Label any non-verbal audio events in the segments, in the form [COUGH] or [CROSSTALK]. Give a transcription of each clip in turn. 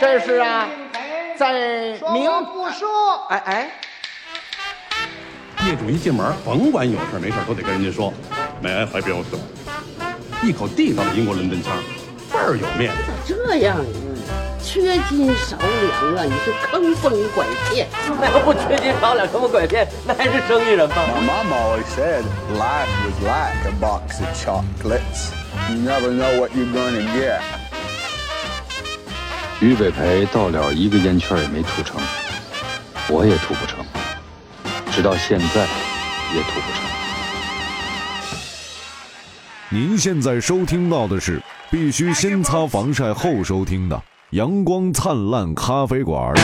这是啊，在说明我不说，哎哎，业主一进门，甭管有事没事都得跟人家说，买来怀表子，一口地道的英国伦敦腔，倍儿有面。咋这样呢？缺斤少两啊！你是坑蒙拐骗。那要不缺斤少两，什么拐骗，那还是生意人吗？ My mom always said life was like a box of chocolates. You never know what you're gonna get. 俞北培到了一个烟圈也没吐成，我也吐不成，直到现在也吐不成。您现在收听到的是必须先擦防晒后收听的《阳光灿烂咖啡馆》。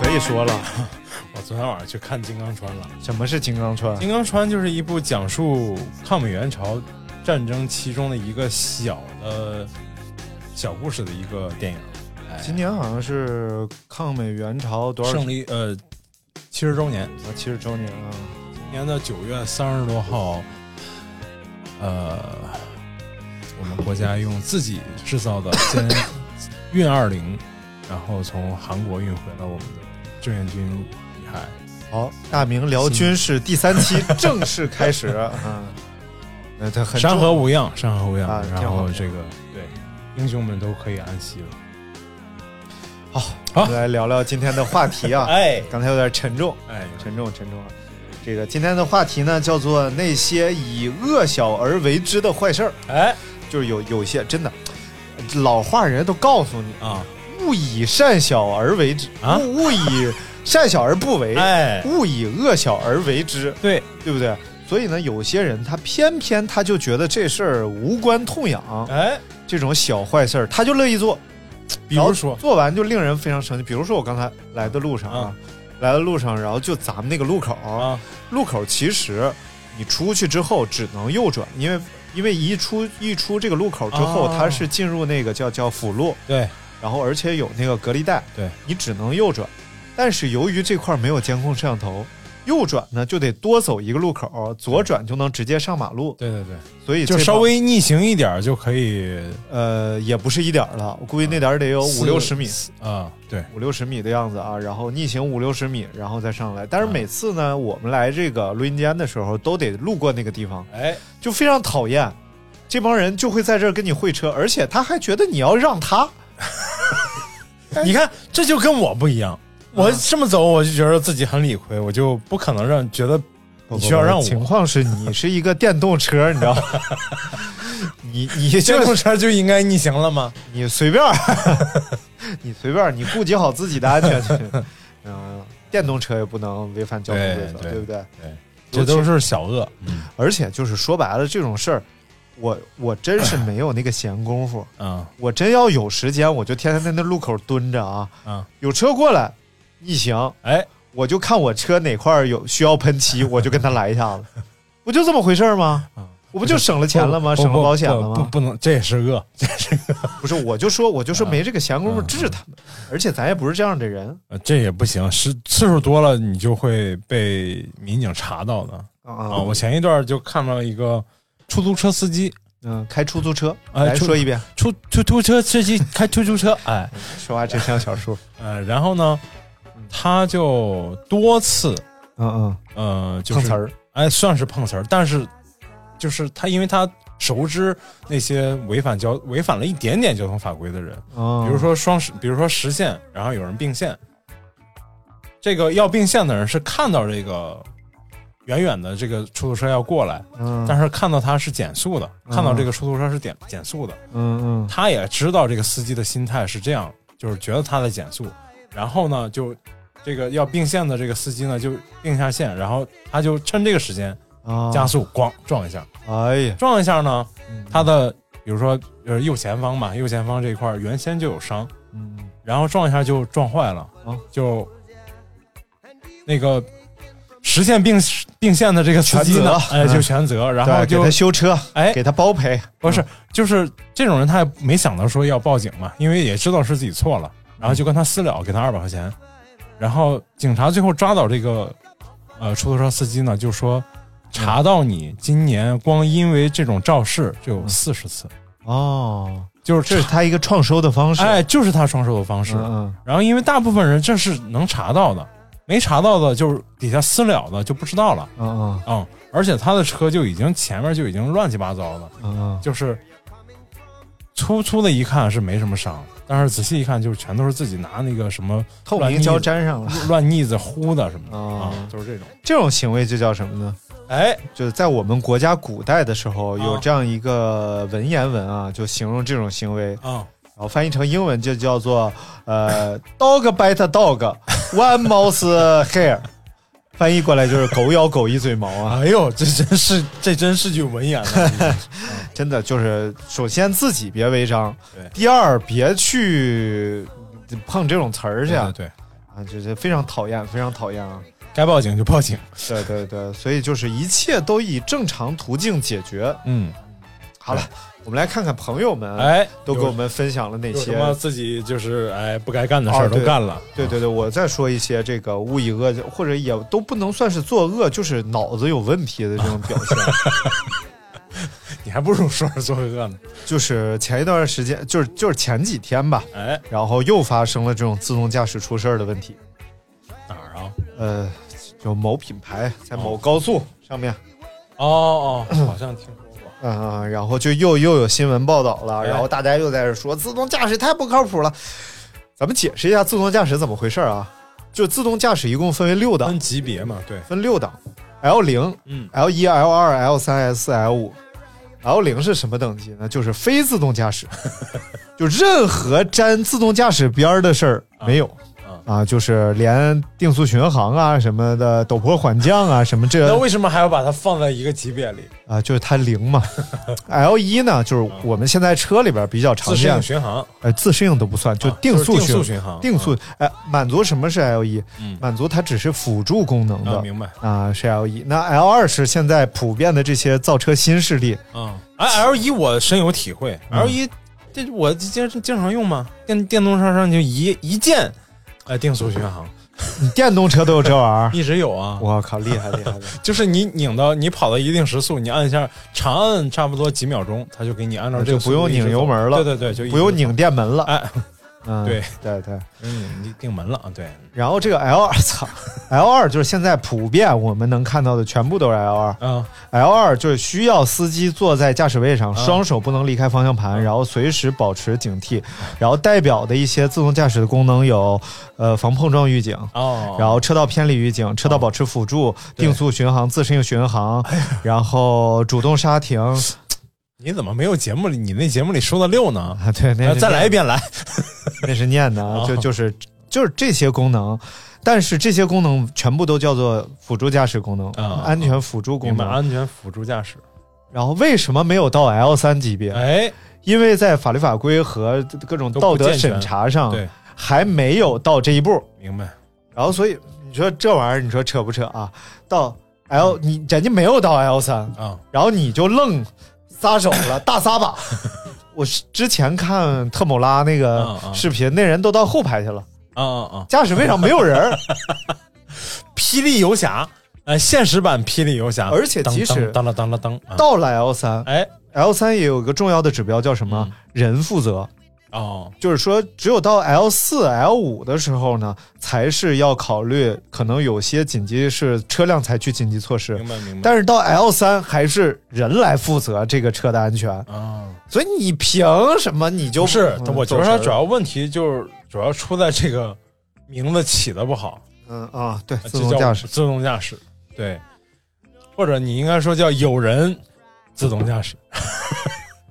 可以说了，我昨天晚上去看《金刚川》了。什么是金刚川《金刚川》就是一部讲述抗美援朝战争其中的一个小的小故事的一个电影。今年好像是抗美援朝多少胜利呃七十周年，七十周年啊？今年的九月三十多号，呃，我们国家用自己制造的歼 [COUGHS] 运二零，然后从韩国运回了我们的志愿军遗骸。好，大明聊军事第三期正式 [LAUGHS] 开始啊。那他很山河无恙，山河无恙。啊然挺好后这个对英雄们都可以安息了。好，好我们来聊聊今天的话题啊。 [LAUGHS] 哎刚才有点沉重，哎，沉重，沉重啊。这个今天的话题呢，叫做那些以恶小而为之的坏事儿，哎就是有有些真的，老话人都告诉你，啊勿以善小而为之啊勿勿以善小而不为，哎，勿以恶小而为之，对对不对？所以呢，有些人他偏偏他就觉得这事儿无关痛痒，哎，这种小坏事儿他就乐意做，比如说然后做完就令人非常生气。比如说我刚才来的路上啊，来的路上，然后就咱们那个路口，啊路口其实你出去之后只能右转，因为因为一出一出这个路口之后，哦它是进入那个叫叫辅路，对然后而且有那个隔离带，对你只能右转。但是由于这块没有监控摄像头，右转呢就得多走一个路口，左转就能直接上马路，对对对，所以就这稍帮微逆行一点儿就可以啊呃也不是一点儿了，我估计那点儿得有四五六十米，四啊，对五六十米的样子啊，然后逆行五六十米，然后再上来。但是啊每次呢，我们来这个录音间的时候，都得路过那个地方，哎就非常讨厌。这帮人就会在这儿跟你会车，而且他还觉得你要让他，你看，这就跟我不一样。嗯我这么走，我就觉得自己很理亏，我就不可能让觉得你需要让我。情况是你是一个电动车，你知道 [LAUGHS] 吗？你你电就动车就应该逆行了吗？你随便儿， [LAUGHS] 你随便儿，你顾及好自己的安全去。嗯、电动车也不能违反交通规则，对对不对？对，这尤其都是小恶。而且就是说白了，这种事儿，我我真是没有那个闲工夫。嗯我真要有时间，我就天天在那路口蹲着啊。嗯，有车过来，逆行，哎，我就看我车哪块儿有需要喷漆，我就跟他来一 [LAUGHS] 下子，不就这么回事儿吗？我不就省了钱了吗？嗯不省了不保险不了不吗？不能，这也是恶。 [LAUGHS] 不是，我就说，我就说嗯没这个闲工夫嗯治他们，而且咱也不是这样的人呃这也不行，是次数多了你就会被民警查到的啊！啊。我前一段就看到一个出租车司机，嗯，开出租车，哎来出说一遍，嗯出出租车司机开出租车，哎，说话真像小树。呃，然后呢，他就多次嗯嗯，呃，就是碰瓷儿，哎，算是碰瓷儿，但是就是他，因为他熟知那些违反交违反了一点点交通法规的人，嗯比如说双实，比如说实线，然后有人并线，这个要并线的人是看到这个远远的这个出租车要过来，嗯，但是看到他是减速的，嗯看到这个出租车是减减速的，嗯嗯他也知道这个司机的心态是这样，就是觉得他在减速，然后呢就。这个要并线的这个司机呢，就并下线，然后他就趁这个时间啊加速，咣撞一下，哎呀，嗯撞一下呢，他的比如说呃右前方吧，右前方这一块儿原先就有伤，嗯嗯然后撞一下就撞坏了，啊就那个实现并并线的这个司机呢，全责哎，嗯就全责，然后对就给他修车，哎给他包赔，嗯不是就是这种人，他也没想到说要报警嘛，因为也知道是自己错了，然后就跟他私了，给他二百块钱。然后警察最后抓到这个呃出租车司机呢，就说查到你今年光因为这种肇事就有四十次，哦，就是这是他一个创收的方式。哎，就是他双收的方式。嗯然后因为大部分人这是能查到的，没查到的就是底下私了的就不知道了。嗯嗯嗯，而且他的车就已经前面就已经乱七八糟了，嗯嗯就是粗粗的一看是没什么伤，但是仔细一看就是全都是自己拿那个什么透乱明腻胶子粘上了。 [LAUGHS] 乱腻子糊的什么的啊哦，就是这种。这种行为就叫什么呢？哎，就是在我们国家古代的时候，有啊这样一个文言文啊，就形容这种行为，啊，然后翻译成英文就叫做呃，dog [LAUGHS] bite dog，one mouse hair，翻译过来就是狗咬狗一嘴毛啊。哎呦，这真是这真是句文言了。 [LAUGHS] 真的就是，首先自己别违章对，第二别去碰这种词儿去啊，对，啊，就是非常讨厌，非常讨厌啊。该报警就报警。对对对，所以就是一切都以正常途径解决。嗯，好了，我们来看看朋友们，哎，都给我有们分享了哪有些什。么自己就是哎不该干的事啊儿对都干了。啊对对对，我再说一些这个无以恶，或者也都不能算是作恶，就是脑子有问题的这种表现。 [LAUGHS] 你还不如说是做恶呢。就是前一段时间，就是就是前几天吧，哎，然后又发生了这种自动驾驶出事儿的问题。哪儿啊？呃，就某品牌在某高速上面，哦哦，好像听说过。嗯、然后就又又有新闻报道了，哎然后大家又在这说自动驾驶太不靠谱了。咱们解释一下自动驾驶怎么回事儿啊？就自动驾驶一共分为六档，分级别嘛，对，分六档，L 零、嗯 L 一、L 二、L 三、L 四、L 五。L 零是什么等级呢？就是非自动驾驶，就任何沾自动驾驶边儿的事儿没有啊啊，就是连定速巡航啊什么的、陡坡缓降啊什么那这为什么还要把它放在一个级别里？啊啊，就是它零 [LAUGHS] 嘛。L 一呢，就是我们现在车里边比较常自适见应，巡航，呃，自适应都不算，就啊定速就是定速巡巡航啊定速哎，满足什么是 L 一？嗯满足它只是辅助功能啊，的，明白。啊，是 L 一。那 L 二是现在普遍的这些造车新势力，嗯嗯，哎，L 一我深有体会，L 一这我经经常用嘛，电电动车上就一一键，呃，定速巡航 [LAUGHS] 你电动车都有这玩意儿。一直有啊，我靠，厉害厉害！厉害 [LAUGHS] 就是你拧到你跑到一定时速，你按一下长按差不多几秒钟，它就给你按照这个啊就不用拧油门了速度一直走对对对，就一直不用拧电门走，了。哎，嗯，对对对。不用拧你定门了啊，对，然后这个 L 二， [LAUGHS] 操，L 二就是现在普遍我们能看到的全部都是 L 二。嗯 L 二就是需要司机坐在驾驶位上，双手不能离开方向嗯盘，然后随时保持警惕。然后代表的一些自动驾驶的功能有，呃，防碰撞预警，哦，然后车道偏离预警、车道保持辅助、定速巡航、自适应巡航，然后主动刹停。哎你怎么没有节目里你那节目里说的六呢？啊， [LAUGHS] 对，那来是再来一遍来，念，那是念的啊，哦就就是就是这些功能。但是这些功能全部都叫做辅助驾驶功能，啊安全辅助我功们能。安全辅助驾驶。然后为什么没有到 L 三级别？哎，因为在法律法规和各种道德审查上对，还没有到这一步。明白。然后所以你说这玩意儿，你说扯不扯啊？到 L 你人家没有到 L 三，啊，然后你就愣撒手了，大撒把。我是之前看特某拉那个嗯嗯视频，那人都到后排去了，啊啊啊！驾驶位上没有人儿， [LAUGHS] 霹雳游侠，呃，现实版霹雳游侠，而且当即使当当了当了当，啊到了 L 三哎嗯，L 三也有个重要的指标叫什么？人负责，哦，就是说只有到 L 四、L 五的时候呢，才是要考虑可能有些紧急是车辆采取紧急措施明，白明白。但是到 L 三还是人来负责这个车的安全，啊，所以你凭什么你就嗯不是，我觉得它他主要问题就是主要出在这个名字起的不好，嗯啊，对，呃自这动叫驾驶，自动驾驶，对，或者你应该说叫有人自动驾驶，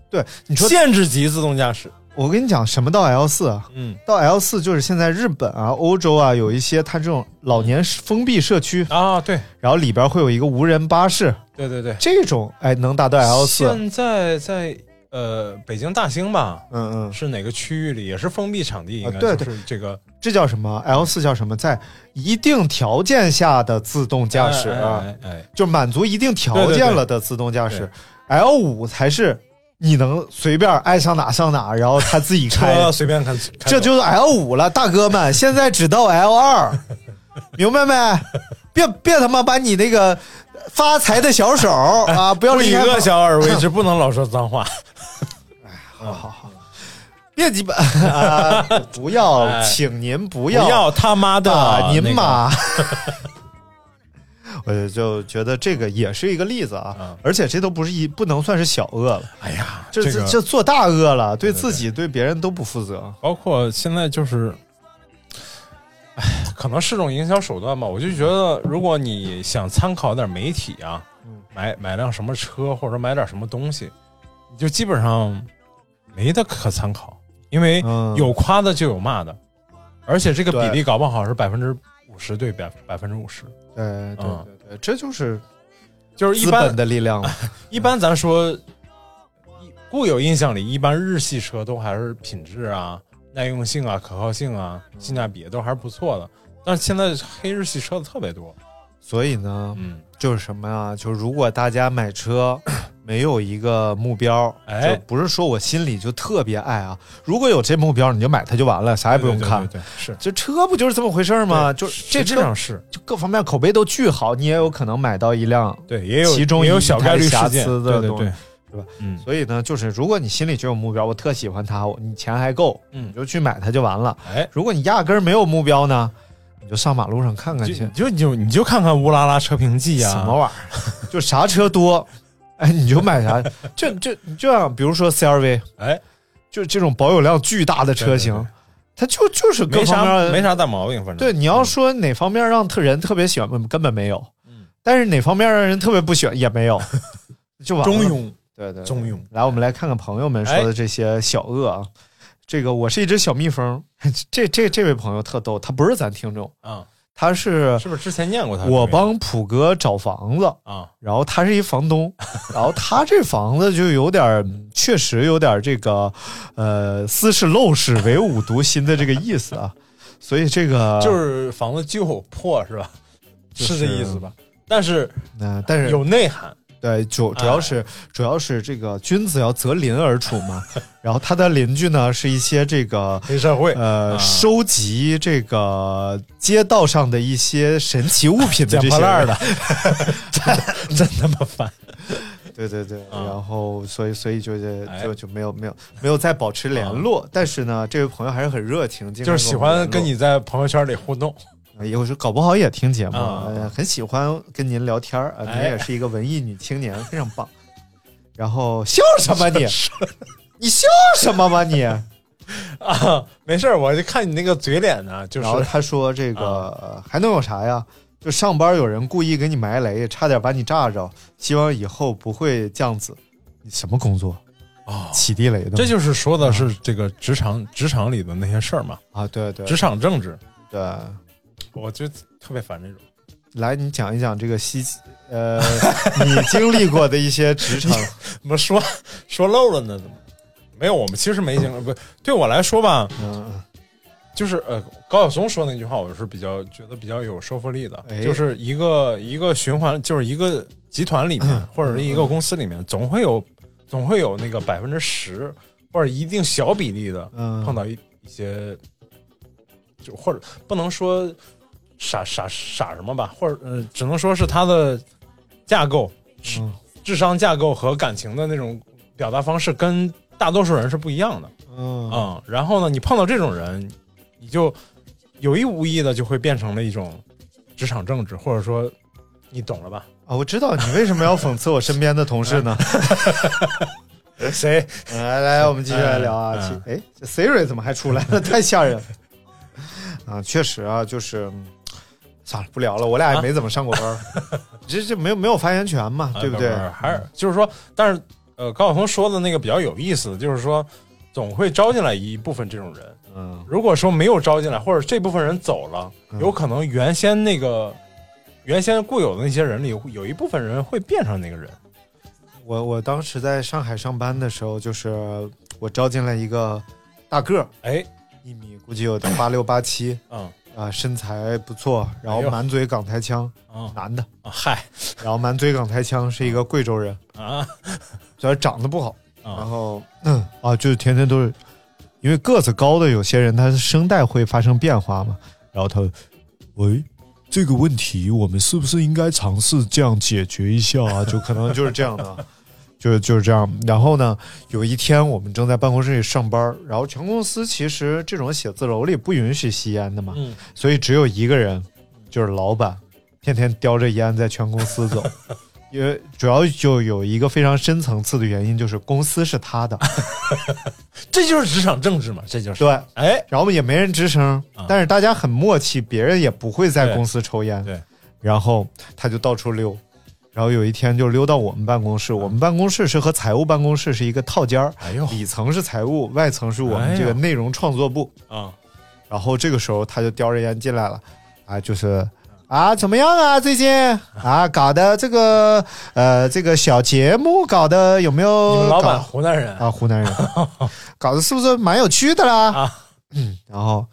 对你说，限制级自动驾驶，我跟你讲，什么到 L 四啊？嗯到 L 四就是现在日本啊、欧洲啊有一些它这种老年封闭社区，啊，对然后里边会有一个无人巴士，对对对，这种哎能达到 L 四，嗯现在在呃北京大兴吧，嗯，是哪个区域里也是封闭场地，应该啊对就是这个这叫什么？L 四叫什么？在一定条件下的自动驾驶，啊哎哎哎哎就满足一定条件了的自动驾驶对对。 L 五才是你能随便爱上哪上哪，然后他自己开，车随便看，开这就是 L 五了，大哥们，现在只到 L [LAUGHS] 二，明白没？别别他妈把你那个发财的小手啊，不要不离以开哎恶小而为 [LAUGHS] 之，不能老说脏话。别鸡巴、啊！不要，请您不不要，他妈的啊，那您个妈！我就觉得这个也是一个例子啊嗯，而且这都不是一不能算是小恶了，哎呀，这这这个这做大恶了，对自己对别人都不负责。包括现在就是，哎，可能是种营销手段吧。我就觉得，如果你想参考点媒体啊，嗯买买辆什么车或者买点什么东西，你就基本上没得可参考，因为嗯有夸的就有骂的，而且这个对比例搞不好是百分之五十对百百分之五十，对对嗯对对，这就是就是一资般本的力量嘛。 [LAUGHS] 一般咱说固有印象里，一般日系车都还是品质啊、耐用性啊、可靠性啊、嗯性价比都还是不错的。但是现在黑日系车子特别多，所以呢，嗯，就是什么呀？就是如果大家买车 [COUGHS] 没有一个目标，哎就不是说我心里就特别爱啊。如果有这目标，你就买它就完了，啥也不用看。对对对对是这车不就是这么回事儿吗？对就是这实际车上是就各方面口碑都巨好，你也有可能买到一辆。对，也有其中也有一小概率台瑕事件，疵的对对东西对，是吧？嗯，所以呢，就是如果你心里就有目标，我特喜欢它，我你钱还够，嗯你就去买它就完了。哎，如果你压根儿没有目标呢，你就上马路上看看就去你，就你就你就看看乌拉拉车评记啊，什么玩意儿，就啥车多，哎，你就买啥，就就你就像比如说 CRV，哎，就这种保有量巨大的车型，对对它就就是各没啥方面没啥大毛病，反正嗯对，你要说哪方面让特人特别喜欢，根本没有。嗯但是哪方面让人特别不喜欢也没 [LAUGHS] 有，就完了。中，庸，对对，对中庸。哎来，我们来看看朋友们说的这些小恶啊。这个我是一只小蜜蜂， [LAUGHS] 这这这位朋友特逗，他不是咱听众，啊，他是是不是之前念过他？我帮普哥找房子，啊，然后他是一房东，然后他这房子就有点儿，嗯确实有点儿这个，呃，私事陋室，唯我独心的这个意思啊。 [LAUGHS] 所以这个就，是房子旧破是吧？就是是这意思吧？但是嗯，但是有内涵，哎对，主主要是主要是这个君子要择邻而处 [LAUGHS] 嘛。然后他的邻居呢是一些这个黑社会呃啊收集这个街道上的一些神奇物品的捡这些破烂儿人的， [LAUGHS] 真他妈烦。 [LAUGHS] 对对对，嗯然后所以所以就就哎啊就就没有没有没有再保持联络，但是呢，这位朋友还是很热情，就就是喜欢跟你在朋友圈里互动。有时候搞不好也听节目，啊呃很喜欢跟您聊天儿，呃您哎也是一个文艺女青年，非常棒。然后笑什 [LAUGHS] 么你？你笑什么吧你？啊， [LAUGHS] 没事儿，我就看你那个嘴脸呢，就然后是啊他说这个、呃还能有啥呀？就上班有人故意给你埋雷，差点把你炸着，希望以后不会这样子。你什么工作？哦，起地雷的吗？这就是说的是这个职场职场里的那些事儿嘛，啊，对对职场政治，对。我就特别烦这种。来，你讲一讲这个西，呃， [LAUGHS] 你经历过的一些 [LAUGHS] 职场，怎么说说漏了呢？怎么？没有，我们其实没经历，不对我来说吧，嗯，就是呃，高晓松说那句话，我是比较觉得比较有说服力的，哎就是一个一个循环，就是一个集团里面、嗯或者是一个公司里面，总会有总会有那个百分之十或者一定小比例的嗯碰到一一些，就或者不能说傻傻傻什么吧，或者呃，只能说是他的架构、智嗯智商架构和感情的那种表达方式跟大多数人是不一样的。嗯嗯，然后呢，你碰到这种人，你就有意无意的就会变成了一种职场政治，或者说你懂了吧？啊，我知道你为什么要讽刺我身边的同 [LAUGHS] 事呢？嗯谁？来来，我们继续来聊啊。嗯其哎这，Siri 怎么还出来 [LAUGHS] 了？太吓人了。啊，确实啊，就是嗯算了，不聊了。我俩也没怎么上过班 [LAUGHS] 儿，这这没有没有发言权嘛，啊对不对？还是就是说，但是呃，高晓松说的那个比较有意思，就是说总会招进来一部分这种人。嗯如果说没有招进来，或者这部分人走了，有可能原先那个原先固有的那些人里，有一部分人会变成那个人。我我当时在上海上班的时候，就是我招进来一个大个儿，哎，一米估计有八六八七。嗯，啊，身材不错，然后哎呦满嘴港台腔，嗯男的，啊嗨然后满嘴港台腔，是一个贵州人，啊，虽然长得不好，然后 [CLEARS THROAT] 嗯啊，就是天天都是，因为个子高的有些人他的声带会发生变化嘛，然后他喂。这个问题，我们是不是应该尝试这样解决一下啊？就可能就是这样的啊， [LAUGHS] 就是就是这样。然后呢，有一天我们正在办公室里上班，然后全公司其实这种写字楼里不允许吸烟的嘛，嗯所以只有一个人，就是老板，天天叼着烟在全公司走。因为主要就有一个非常深层次的原因，就是公司是他的， [LAUGHS] 这就是职场政治嘛，这就是。对，哎，然后也没人吱声啊，但是大家很默契，别人也不会在对公司抽烟。对，然后他就到处溜，然后有一天就溜到我们办公室。我们办公室是和财务办公室是一个套间儿，嗯哎呦里层是财务，外层是我哎们呀这个内容创作部。啊，然后这个时候他就叼着烟进来了，啊，就是啊，怎么样啊？最近啊， [LAUGHS] 搞的这个呃这个小节目搞的有没你有们搞？老板湖南人，啊，[LAUGHS] 湖南人，搞得是不是蛮有趣的啦？啊嗯，然后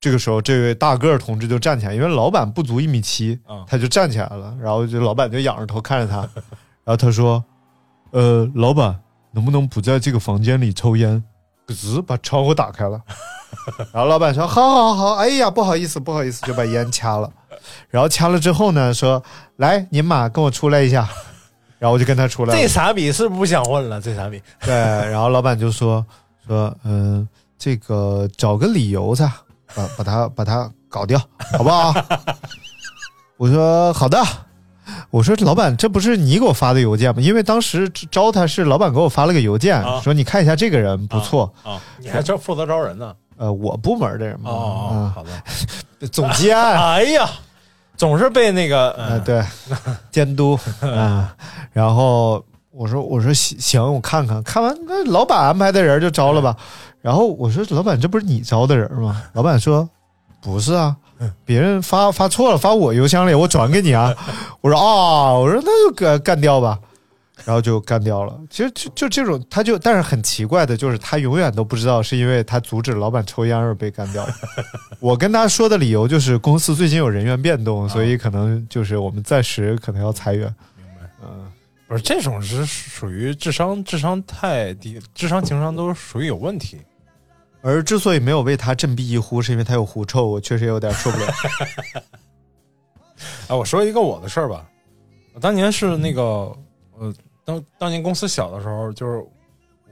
这个时候，这位大个儿同志就站起来，因为老板不足一米七嗯，他就站起来了，然后就老板就仰着头看 [LAUGHS] 着他，然后他说：“呃，老板，能不能不在这个房间里抽烟？”咯吱，把窗户打开了，然后老板说：“好好好，哎呀，不好意思，不好意思，就把烟掐了。”然后掐了之后呢，说：“来，您马跟我出来一下。”然后我就跟他出来了。这傻逼是不是不想混了？这傻逼，对，然后老板就说说，嗯、这个找个理由噻，把把他把他搞掉，好不好？ [LAUGHS] 我说好的。我说老板，这不是你给我发的邮件吗？因为当时招他是老板给我发了个邮件，啊说你看一下这个人不错，啊！你还招负责招人呢？呃，我部门的人嘛，哦哦，啊好的。 [LAUGHS] 总监，啊、 [LAUGHS] 呃哎呀，总是被那 [LAUGHS] 个嗯对，[LAUGHS] 监督啊、然后我说我说行行，我看看，看完那老板安排的人就招了嗯吧。然后我说老板，这不是你招的人吗？老板说不是啊，嗯别人发发错了，发我邮箱里，我转给你啊。我说啊、我说那就干干掉吧。然后就干掉了。其实就就这种，他就但是很奇怪的，就是他永远都不知道是因为他阻止老板抽烟而被干掉了。 [LAUGHS] 我跟他说的理由就是公司最近有人员变动，所啊以可能就是我们暂时可能要裁员。嗯不是这种是属于智商智商太低，智商情商都属于有问题。而之所以没有为他振臂一呼，是因为他有狐臭，我确实有点受不了。 [LAUGHS] 哎，我说一个我的事儿吧，我当年是那个呃，当当年公司小的时候，就是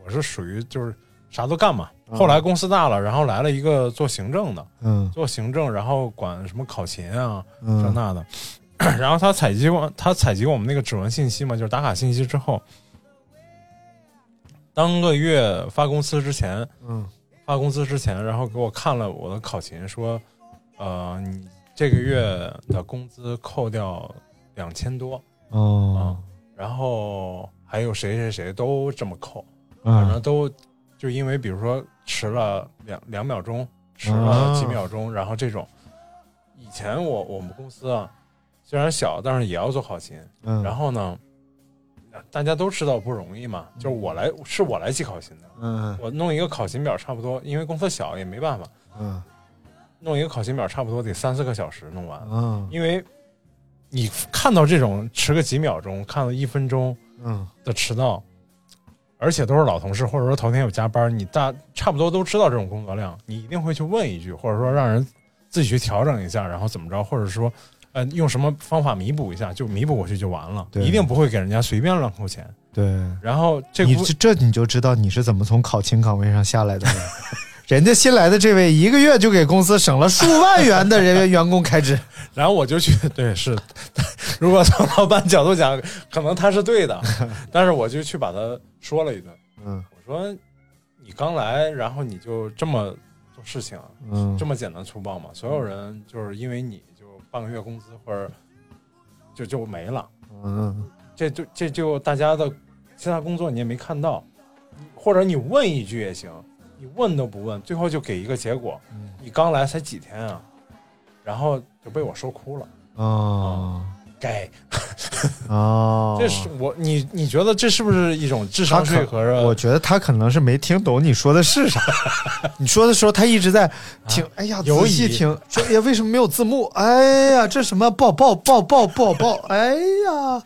我是属于就是啥都干嘛。后来公司大了，然后来了一个做行政的，啊嗯做行政，然后管什么考勤啊，这嗯那的。 [CLEARS THROAT] 然后他采集过，他采集过我们那个指纹信息嘛，就是打卡信息之后，当个月发工资之前，嗯发工资之前，然后给我看了我的考勤，说，呃，你这个月的工资扣掉两千多，啊哦然后还有谁谁谁都这么扣，反嗯正都就因为比如说迟了两两秒钟，迟啊了几秒钟，然后这种，以前我我们公司啊，虽然小，但是也要做考勤，嗯，然后呢，大家都知道不容易嘛，就是我来是我来记考勤的，嗯我弄一个考勤表差不多，因为公司小也没办法，嗯弄一个考勤表差不多得三四个小时弄完，嗯因为你看到这种迟个几秒钟，看到一分钟嗯的迟到，而且都是老同事，或者说头天有加班，你大差不多都知道这种工作量，你一定会去问一句，或者说让人自己去调整一下，然后怎么着，或者说。呃，用什么方法弥补一下，就弥补过去就完了，对一定不会给人家随便乱扣钱。对。然后这你工这这你就知道你是怎么从考勤岗位上下来的了。 [LAUGHS] 人家新来的这位一个月就给公司省了数万元的人员员工开支， [LAUGHS] 然后我就去，对，是， [LAUGHS] 如果从老板角度讲，可能他是 [LAUGHS] 对的，但是我就去把他说了一顿，嗯我说你刚来，然后你就这么做事情，嗯这么简单粗暴嘛？所有人就是因为你就半个月工资或者就就没了，嗯这就这就大家的其他工作你也没看到，或者你问一句也行，你问都不问，最后就给一个结果，嗯你刚来才几天啊，然后就被我说哭了，哦该。[LAUGHS] 哦，这是我你你觉得这是不是一种智他商税和可，着我觉得他可能是没听懂你说的是啥。 [LAUGHS] 你说的时候，他一直在听，哎呀，啊犹仔细疑听，说哎呀，为什么没有字幕？哎呀，这什么爆爆爆爆爆爆？哎呀，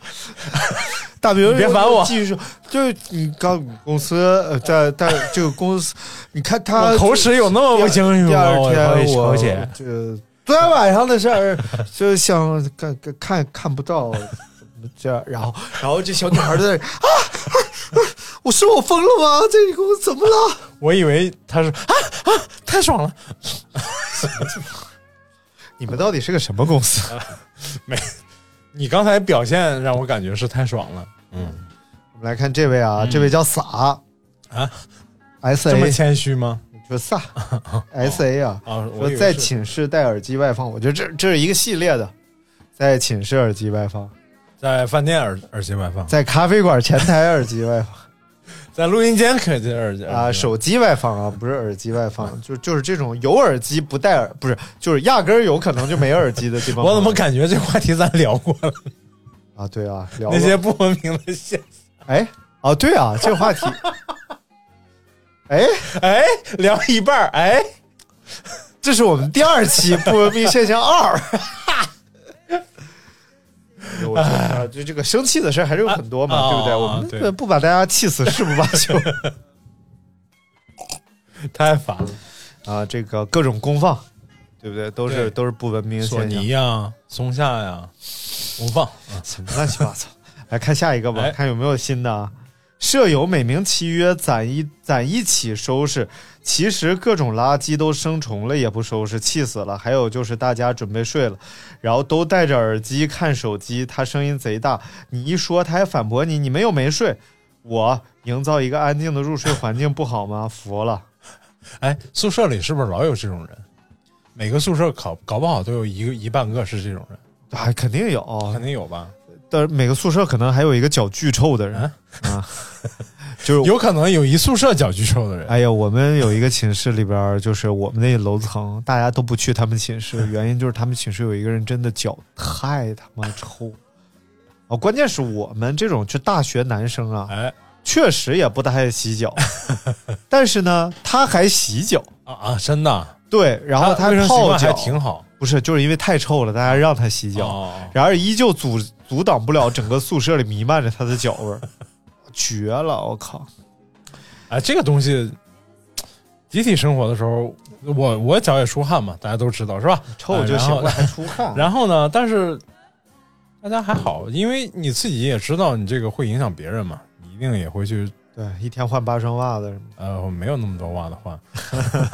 大明，你别烦我继续说，就是你刚公司呃在在这个公司，你看他我口齿有那么不清楚吗第二我天我我我姐这昨天晚上的事儿，就想看看看不到，怎么这样？然后然后这小女孩在那儿啊啊，啊我说我疯了吗？这个我怎么了？我以为他是啊啊，太爽了， [LAUGHS] 你们到底是个什么公司？你刚才表现让我感觉是太爽了，嗯我们来看这位啊，这位叫撒啊，S 这么 A 谦虚吗？[LAUGHS] 说撒 S A 啊，啊，我说以为在是寝室戴耳机外放，我觉得这这是一个系列的，在寝室耳机外放，在饭店耳耳机外放，在咖啡馆前台耳机外放在录音间可这耳机啊，手机外放啊，不是耳机 [LAUGHS] 外放，就就是这种有耳机不戴耳，不是就是压根儿有可能就没耳机的地方。我怎么感觉这话题咱聊过了？ [LAUGHS] 啊？对啊，聊那了些不文明的现哎啊，对啊，这个 [LAUGHS] 话题，哎，哎，聊一半儿哎，这是我们第二期不文明现象二。哎我觉得啊就这个生气的事儿还是有很多嘛，啊对不对？啊我啊们对不不把大家气死誓不罢休 [LAUGHS] 太烦了。啊！这个各种公放，对不对？都是对都是不文明索现象尼，呀、松下呀、无放，什么乱七八糟。来看下一个吧哎，看有没有新的啊！舍友每名其曰攒一攒一起收拾，其实各种垃圾都生虫了也不收拾，气死了。还有就是大家准备睡了，然后都戴着耳机看手机，他声音贼大，你一说他还反驳你，你们又没睡。我营造一个安静的入睡环境不好吗？服了。哎，宿舍里是不是老有这种人？每个宿舍搞搞不好都有一个一半个是这种人，啊，肯定有，肯定有吧？但是每个宿舍可能还有一个脚巨臭的人啊啊，就是有可能有一宿舍脚巨臭的人，哎呀，我们有一个寝室里边儿，就是我们那楼层，大家都不去他们寝室，原因就是他们寝室有一个人真的脚太他妈臭。啊，关键是我们这种就大学男生啊，哎确实也不太爱洗脚，但是呢，他还洗脚，啊啊，真的。对，然后卫生习泡惯还脚，挺好，不是，就是因为太臭了，大家让他洗脚，哦然而依旧阻阻挡不了整个宿舍里弥漫着他的脚味儿，绝了，我靠！哎，这个东西，集体生活的时候，我我脚也出汗嘛，大家都知道是吧？臭就哎行然后了，还出汗。 [LAUGHS] 然后呢，但是大家还好，因为你自己也知道你这个会影响别人嘛，你一定也会去对，一天换八双袜子什么。呃，我没有那么多袜的话， [LAUGHS]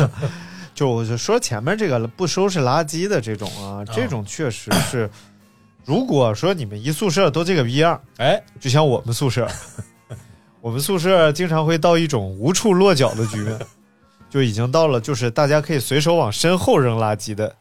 就我就说前面这个不收拾垃圾的这种啊，这种确实是，如果说你们一宿舍都这个逼样，哎，就像我们宿舍，我们宿舍经常会到一种无处落脚的局面，就已经到了就是大家可以随手往身后扔垃 [LAUGHS] 圾的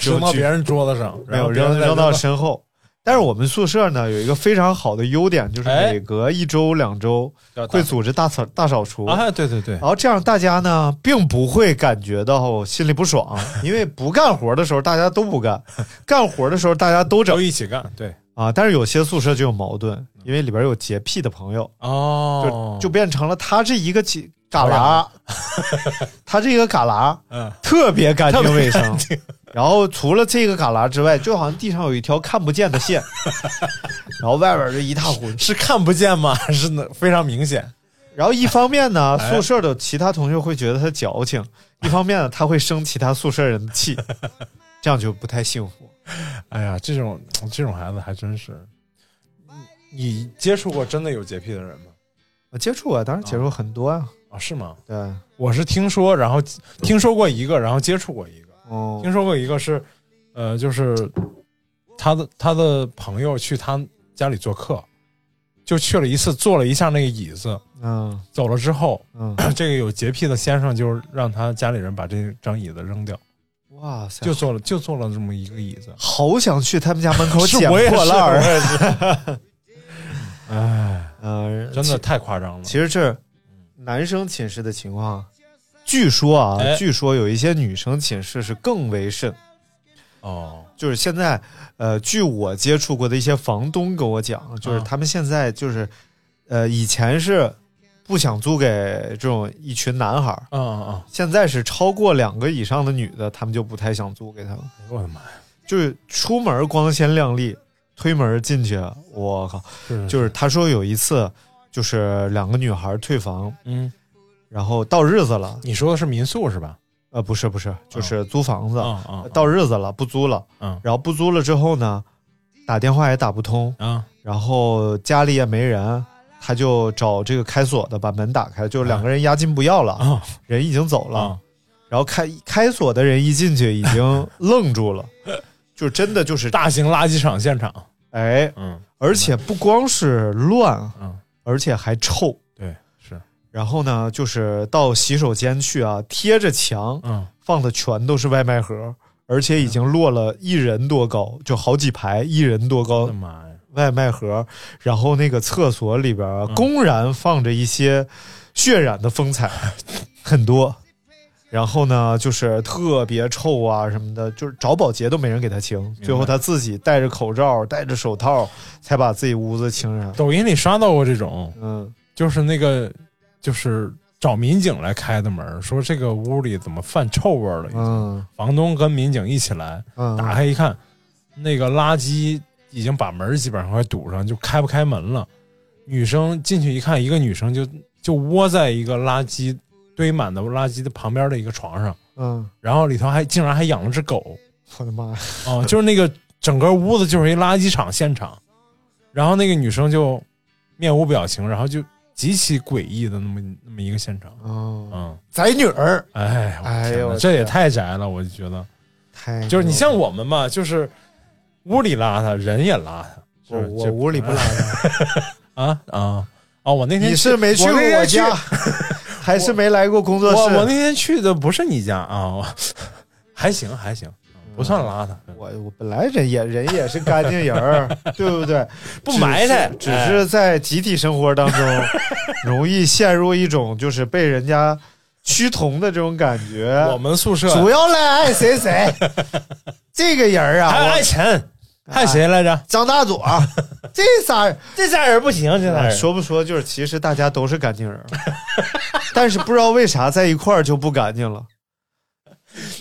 这扔种到局别面，人桌子上，没然有后别扔人再扔到身后。但是我们宿舍呢有一个非常好的优点，就是哎每隔一周两周到会组织大扫大扫除啊，对对对然，后这样大家呢，并不会感觉到心里不爽，因为不干活的时候大家都不干，干活的时候大家都整都一起干，对啊。但是有些宿舍就有矛盾，因为里边有洁癖的朋友，哦就，就变成了他这一个几旮旯，他这个旮旯 [LAUGHS] 嗯特别干净卫生。然后除了这个旮旯之外，就好像地上有一条看不见的 [LAUGHS] 线，然后外边就一塌糊涂。是看不见吗？还是呢非常明显？然后一方面呢，哎宿舍的其他同学会觉得他矫情；一方面呢，他会生其他宿舍人 [LAUGHS] 的气，这样就不太幸福。哎呀，这种这种孩子还真是，你你接触过真的有洁癖的人吗？我接触啊，当然接触很多啊，啊，是吗？对，我是听说，然后听说过一个，然后接触过一个，哦听，说过一个是，呃，就是他的他的朋友去他家里做客，就去了一次，坐了一下那个椅子，嗯走了之后，嗯， [CLEARS THROAT] 这个有洁癖的先生就让他家里人把这张椅子扔掉，哇塞，就坐了就坐了这么一个椅子。好想去他们家门口 [LAUGHS] 是捡我也是破烂我儿。也是 [LAUGHS] 哎，嗯、真的其，太夸张了。其实这男生寝室的情况，据说啊，哎据说有一些女生寝室是更为甚。哦，就是现在，呃，据我接触过的一些房东跟我讲，就是啊他们现在就是，呃，以前是不想租给这种一群男孩儿，嗯嗯现在是超过两个以哎上的女的，他们就不太想租给他们，嗯，我的妈呀！就是出门光鲜亮丽，推门进去，我靠！是就是他说有一次，就是两个女孩退房，嗯，然后到日子了，你说的是民宿是吧？呃，不是不是，就是租房子，啊啊，到日子了不租了，嗯然后不租了之后呢，打电话也打不通，啊然后家里也没人，他就找这个开锁的把门打开，就是两个人押金不要了，啊人已经走了，啊！然后开开锁的人一进去已经愣 [LAUGHS] 住了，就真的就是大型垃圾场现场，哎，嗯而且不光是乱，嗯，而且还臭。对，是，然后呢，就是到洗手间去啊，贴着墙嗯放的全都是外卖盒，而且已经落了一人多高，就好几排一人多我高的妈呀，外卖盒。然后那个厕所里边啊嗯公然放着一些血染的风采， [LAUGHS] 很多。然后呢，就是特别臭啊什么的，就是找保洁都没人给他清，最后他自己戴着口罩、戴着手套，才把自己屋子清染。抖音里刷到过这种，嗯，就是那个就是找民警来开的门，说这个屋里怎么犯臭味儿了已经，嗯房东跟民警一起来，嗯，打开一看，那个垃圾已经把门基本上快堵上，就开不开门了。女生进去一看，一个女生就就窝在一个垃圾堆满的垃圾的旁边的一个床上，嗯，然后里头还竟然还养了只狗我的妈呀！啊、就是那个整个屋子就是一垃圾场现场。然后那个女生就面无表情，然后就极其诡异的那么那么一个现场。嗯，嗯，宅女儿，哎，我的哎天呦哪我这也天太宅了，我就觉得。太就是你像我们吧，就是屋里邋遢，人也邋遢。我，是哦我就屋里不邋遢， [LAUGHS] 啊啊哦！我那天你是没去我过那天我去家， [LAUGHS] 还是没来过工作我室？我那天去的不是你家啊，我还行还行，不算邋遢，嗯我我本来人也人也是干净人儿， [LAUGHS] 对不对？不埋汰，哎只是只是在集体生活当中，容易陷入一种就是被人家趋同的这种感哎觉我。们宿舍主要赖爱谁谁， [LAUGHS] 这个人儿还有啊，爱我晨，还有谁来着？哎张大左， [LAUGHS] 这仨人这仨人不行，这仨哎人说不说就是，其实大家都是干 [LAUGHS] 净人儿，但是不知道为啥在一块儿就不干净了。 [LAUGHS]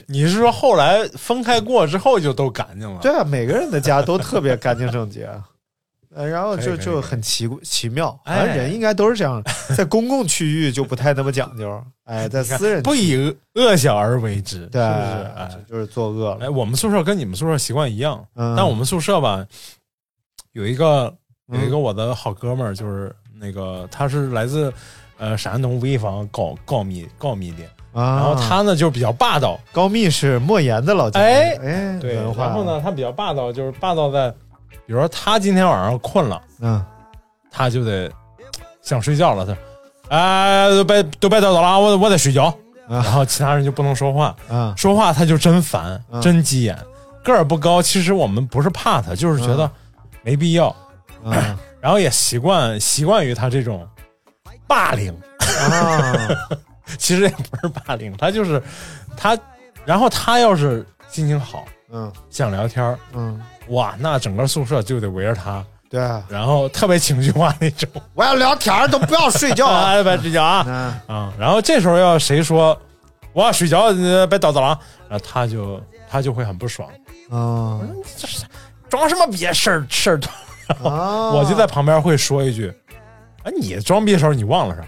你是说后来分开过之后就都干净了？对啊，每个人的家都特别干净整洁，呃，然后可以就可以就可以很奇怪奇妙，哎反正人应该都是这样，在公共区域就不太那么讲究，哎，在私人不以恶恶小而为之，对，是不是？哎这就是作恶了哎，。我们宿舍跟你们宿舍习惯一样，嗯但我们宿舍吧，有一个有一个嗯我的好哥们儿，就是那个他是来自呃山东潍坊高高密高密的，啊，然后他呢就比较霸道，高密是莫言的老家，哎哎，对，文化，然后呢，他比较霸道，就是霸道在，比如说他今天晚上困了，嗯，他就得想睡觉了，他说。哎，都别都别叨叨了啊，我我得睡觉。然啊后其他人就不能说话，啊说话他就真烦，嗯真急眼，个儿不高。其实我们不是怕他，就是觉嗯得没必要，啊 [CLEARS THROAT] 然后也习惯习惯于他这种霸凌，啊， [LAUGHS] 其实也不是霸凌，他就是他，然后他要是心情好嗯想聊天儿，嗯，哇，那整个宿舍就得围着他，对啊，然后特别情绪化那种，我要聊天儿都不要睡觉 [LAUGHS] 啊，啊，别睡觉啊嗯啊，然后这时候要谁说我要睡觉，呃别叨叨了啊，然后他就他就会很不爽，啊这是装什么别事儿事儿多，啊， [LAUGHS] 我就在，旁边会说一句，啊，你装逼的时候你忘了啥？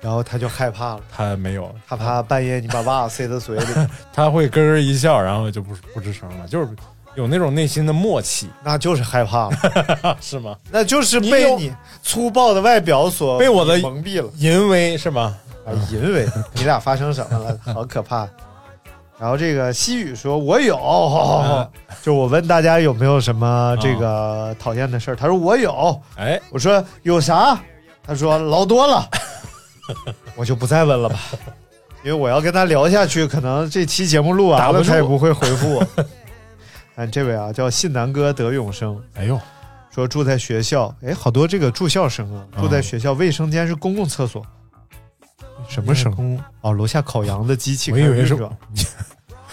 然后他就害怕了。他没有，他怕半夜你把袜子塞他嘴里， [LAUGHS] 他会咯咯一笑，然后就不不吱声了，就是有那种内心的默契，那就是害怕了， [LAUGHS] 是吗？那就是你被有你粗暴的外表所被我的蒙蔽了。淫威是吗？啊，淫为你俩发生什 [LAUGHS] 么了？好可怕！然后这个西雨说：“我有，啊就我问大家有没有什么这个讨厌的事儿，他说我有，哎，我说有啥？他说老多了，我就不再问了吧，因为我要跟他聊下去，可能这期节目录完打不了住他也不会回复 [LAUGHS] 我。看这位啊，叫信南哥得永生，哎呦，说住在学校，哎，好多这个住校生啊，住在学校卫生间是公共厕所，什么声？公？哦，楼下烤羊的机器我开以始为运是转，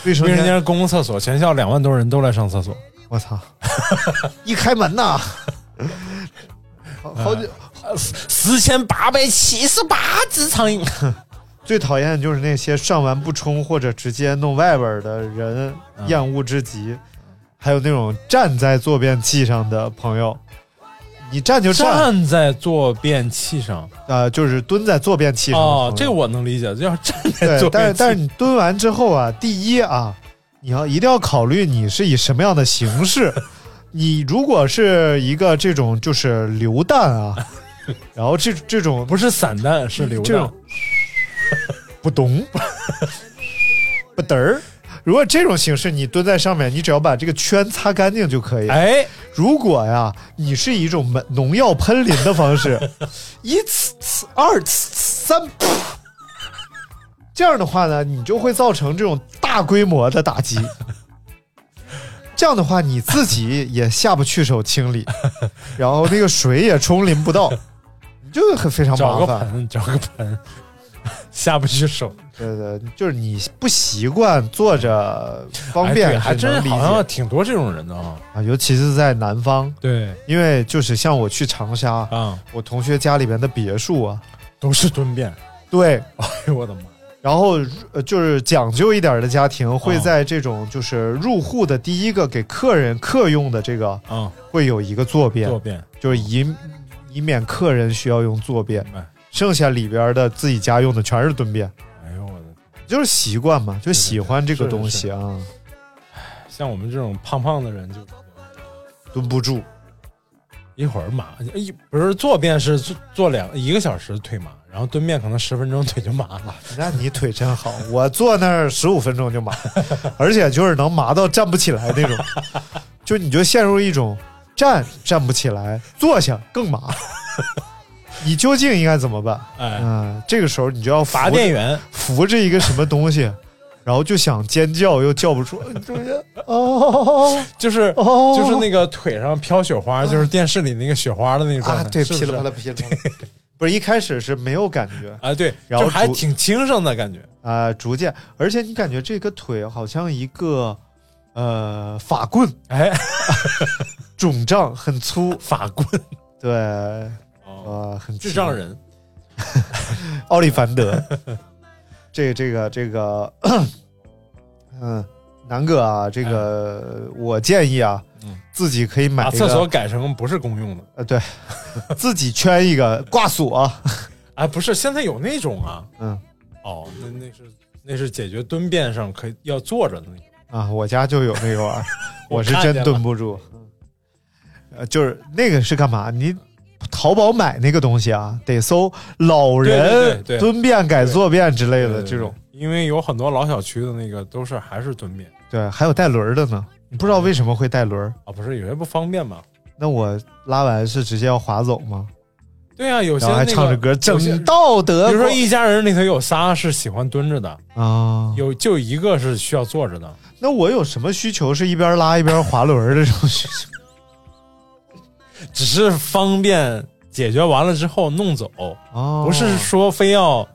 卫 [LAUGHS] 卫生生间，间是公共厕所，全校两万多人都来上厕所。[LAUGHS] 我操！一开门呐，好好久四千八百七十八只苍蝇。 [LAUGHS] 最讨厌的就是嗯那些上完不冲或者直接弄外边儿的人，厌恶至极。还有那种站在坐便器上的朋友，你站就站，站在坐便器上呃，就是蹲在坐便器上的朋友。哦，这我能理解，就要站在对坐，但便是器。但是你蹲完之后啊，第一啊，你要一定要考虑你是以什么样的形式。你如果是一个这种就是流弹啊，然后这这种不是散弹，是流这种弹。 [LAUGHS] 不咚 [LAUGHS] 不嘚儿，如果这种形式你蹲在上面，你只要把这个圈擦干净就可以。哎，如果呀，你是以一种门农药喷淋的方式， [LAUGHS] 一次、次二次、三，噗这样的话呢，你就会造成这种大规模的打 [LAUGHS] 击。这样的话，你自己也下不去手清理，然后那个水也冲淋不到，你就很非常找麻个烦。盆，找个盆，下不去手。对对，就是你不习惯坐着方哎便，对还真能理好像解挺多这种人的啊。啊，尤其是在南方，对因为就是像我去长沙，啊，我同学家里边的别墅啊，都是蹲便。对， [LAUGHS] 哎呦我的妈！然后呃就是讲究一点的家庭嗯会在这种就是入户的第一个给客人客用的这个啊，会有一个坐便，坐便，就是以以免客人需要用坐便明，白。剩下里边的自己家用的全是蹲便，哎呦我的，就是习惯嘛，就喜欢这个是是东西啊。像我们这种胖胖的人就蹲不住，一会儿麻，一不是坐便是坐坐两一个小时腿麻，然后蹲便可能十分钟腿就麻了。 [LAUGHS] 那你腿真好，我坐那儿十五分钟就麻，而且就是能麻到站不起来那种， [LAUGHS] 就你就陷入一种站站不起来，坐下 [LAUGHS] 更麻。你究竟应该怎么办？哎，嗯，这个时候你就要扶拔电源，扶着一个什么东西，然后就想尖叫又叫不出， [LAUGHS] 就是哦就是哦，嗯就是那个腿上飘雪花，就是电视里那个雪花的那个状啊态，，对，是不噼是 [LAUGHS] 里啪啦噼里啪啦，不是一开始是没有感觉，啊，对，然后就还主挺轻省的感觉。啊，逐渐，而且你感觉这个腿好像一个呃法棍，哎， [LAUGHS] 肿胀，很粗，法棍，哦对，呃，很智奇障怪，人， [LAUGHS] 奥利凡德，这个这个这个， [COUGHS] 嗯，南哥啊，这个我建议啊，嗯自己可以买把一个，厕所改成不是公用的，呃，对， [LAUGHS] 自己圈一个挂锁 [LAUGHS] 啊，哎，不是，现在有那种啊，嗯哦，那那是那是解决蹲便上可以要坐着的那种，啊，我家就有那个玩意儿， [LAUGHS] 我我是看见真了蹲不住，嗯呃，就是那个是干嘛？你。淘宝买那个东西啊，得搜老人对对对对蹲便改坐便之对类的对这种，对因为有很多老小区的那个都是还是蹲便对，还有带轮儿的呢，你不知道为什么会带轮儿？啊，不是有些不方便吧？那我拉完是直接要划走吗？对啊，有些然后还那个唱着歌，有些整道德比光。如说一家人里头有仨是喜欢蹲着的，啊，有就一个是需要坐着的，那我有什么需求是一边拉一边滑轮儿的这种需求？ [LAUGHS] 只是方便解决完了之后弄走，哦，不是说非要我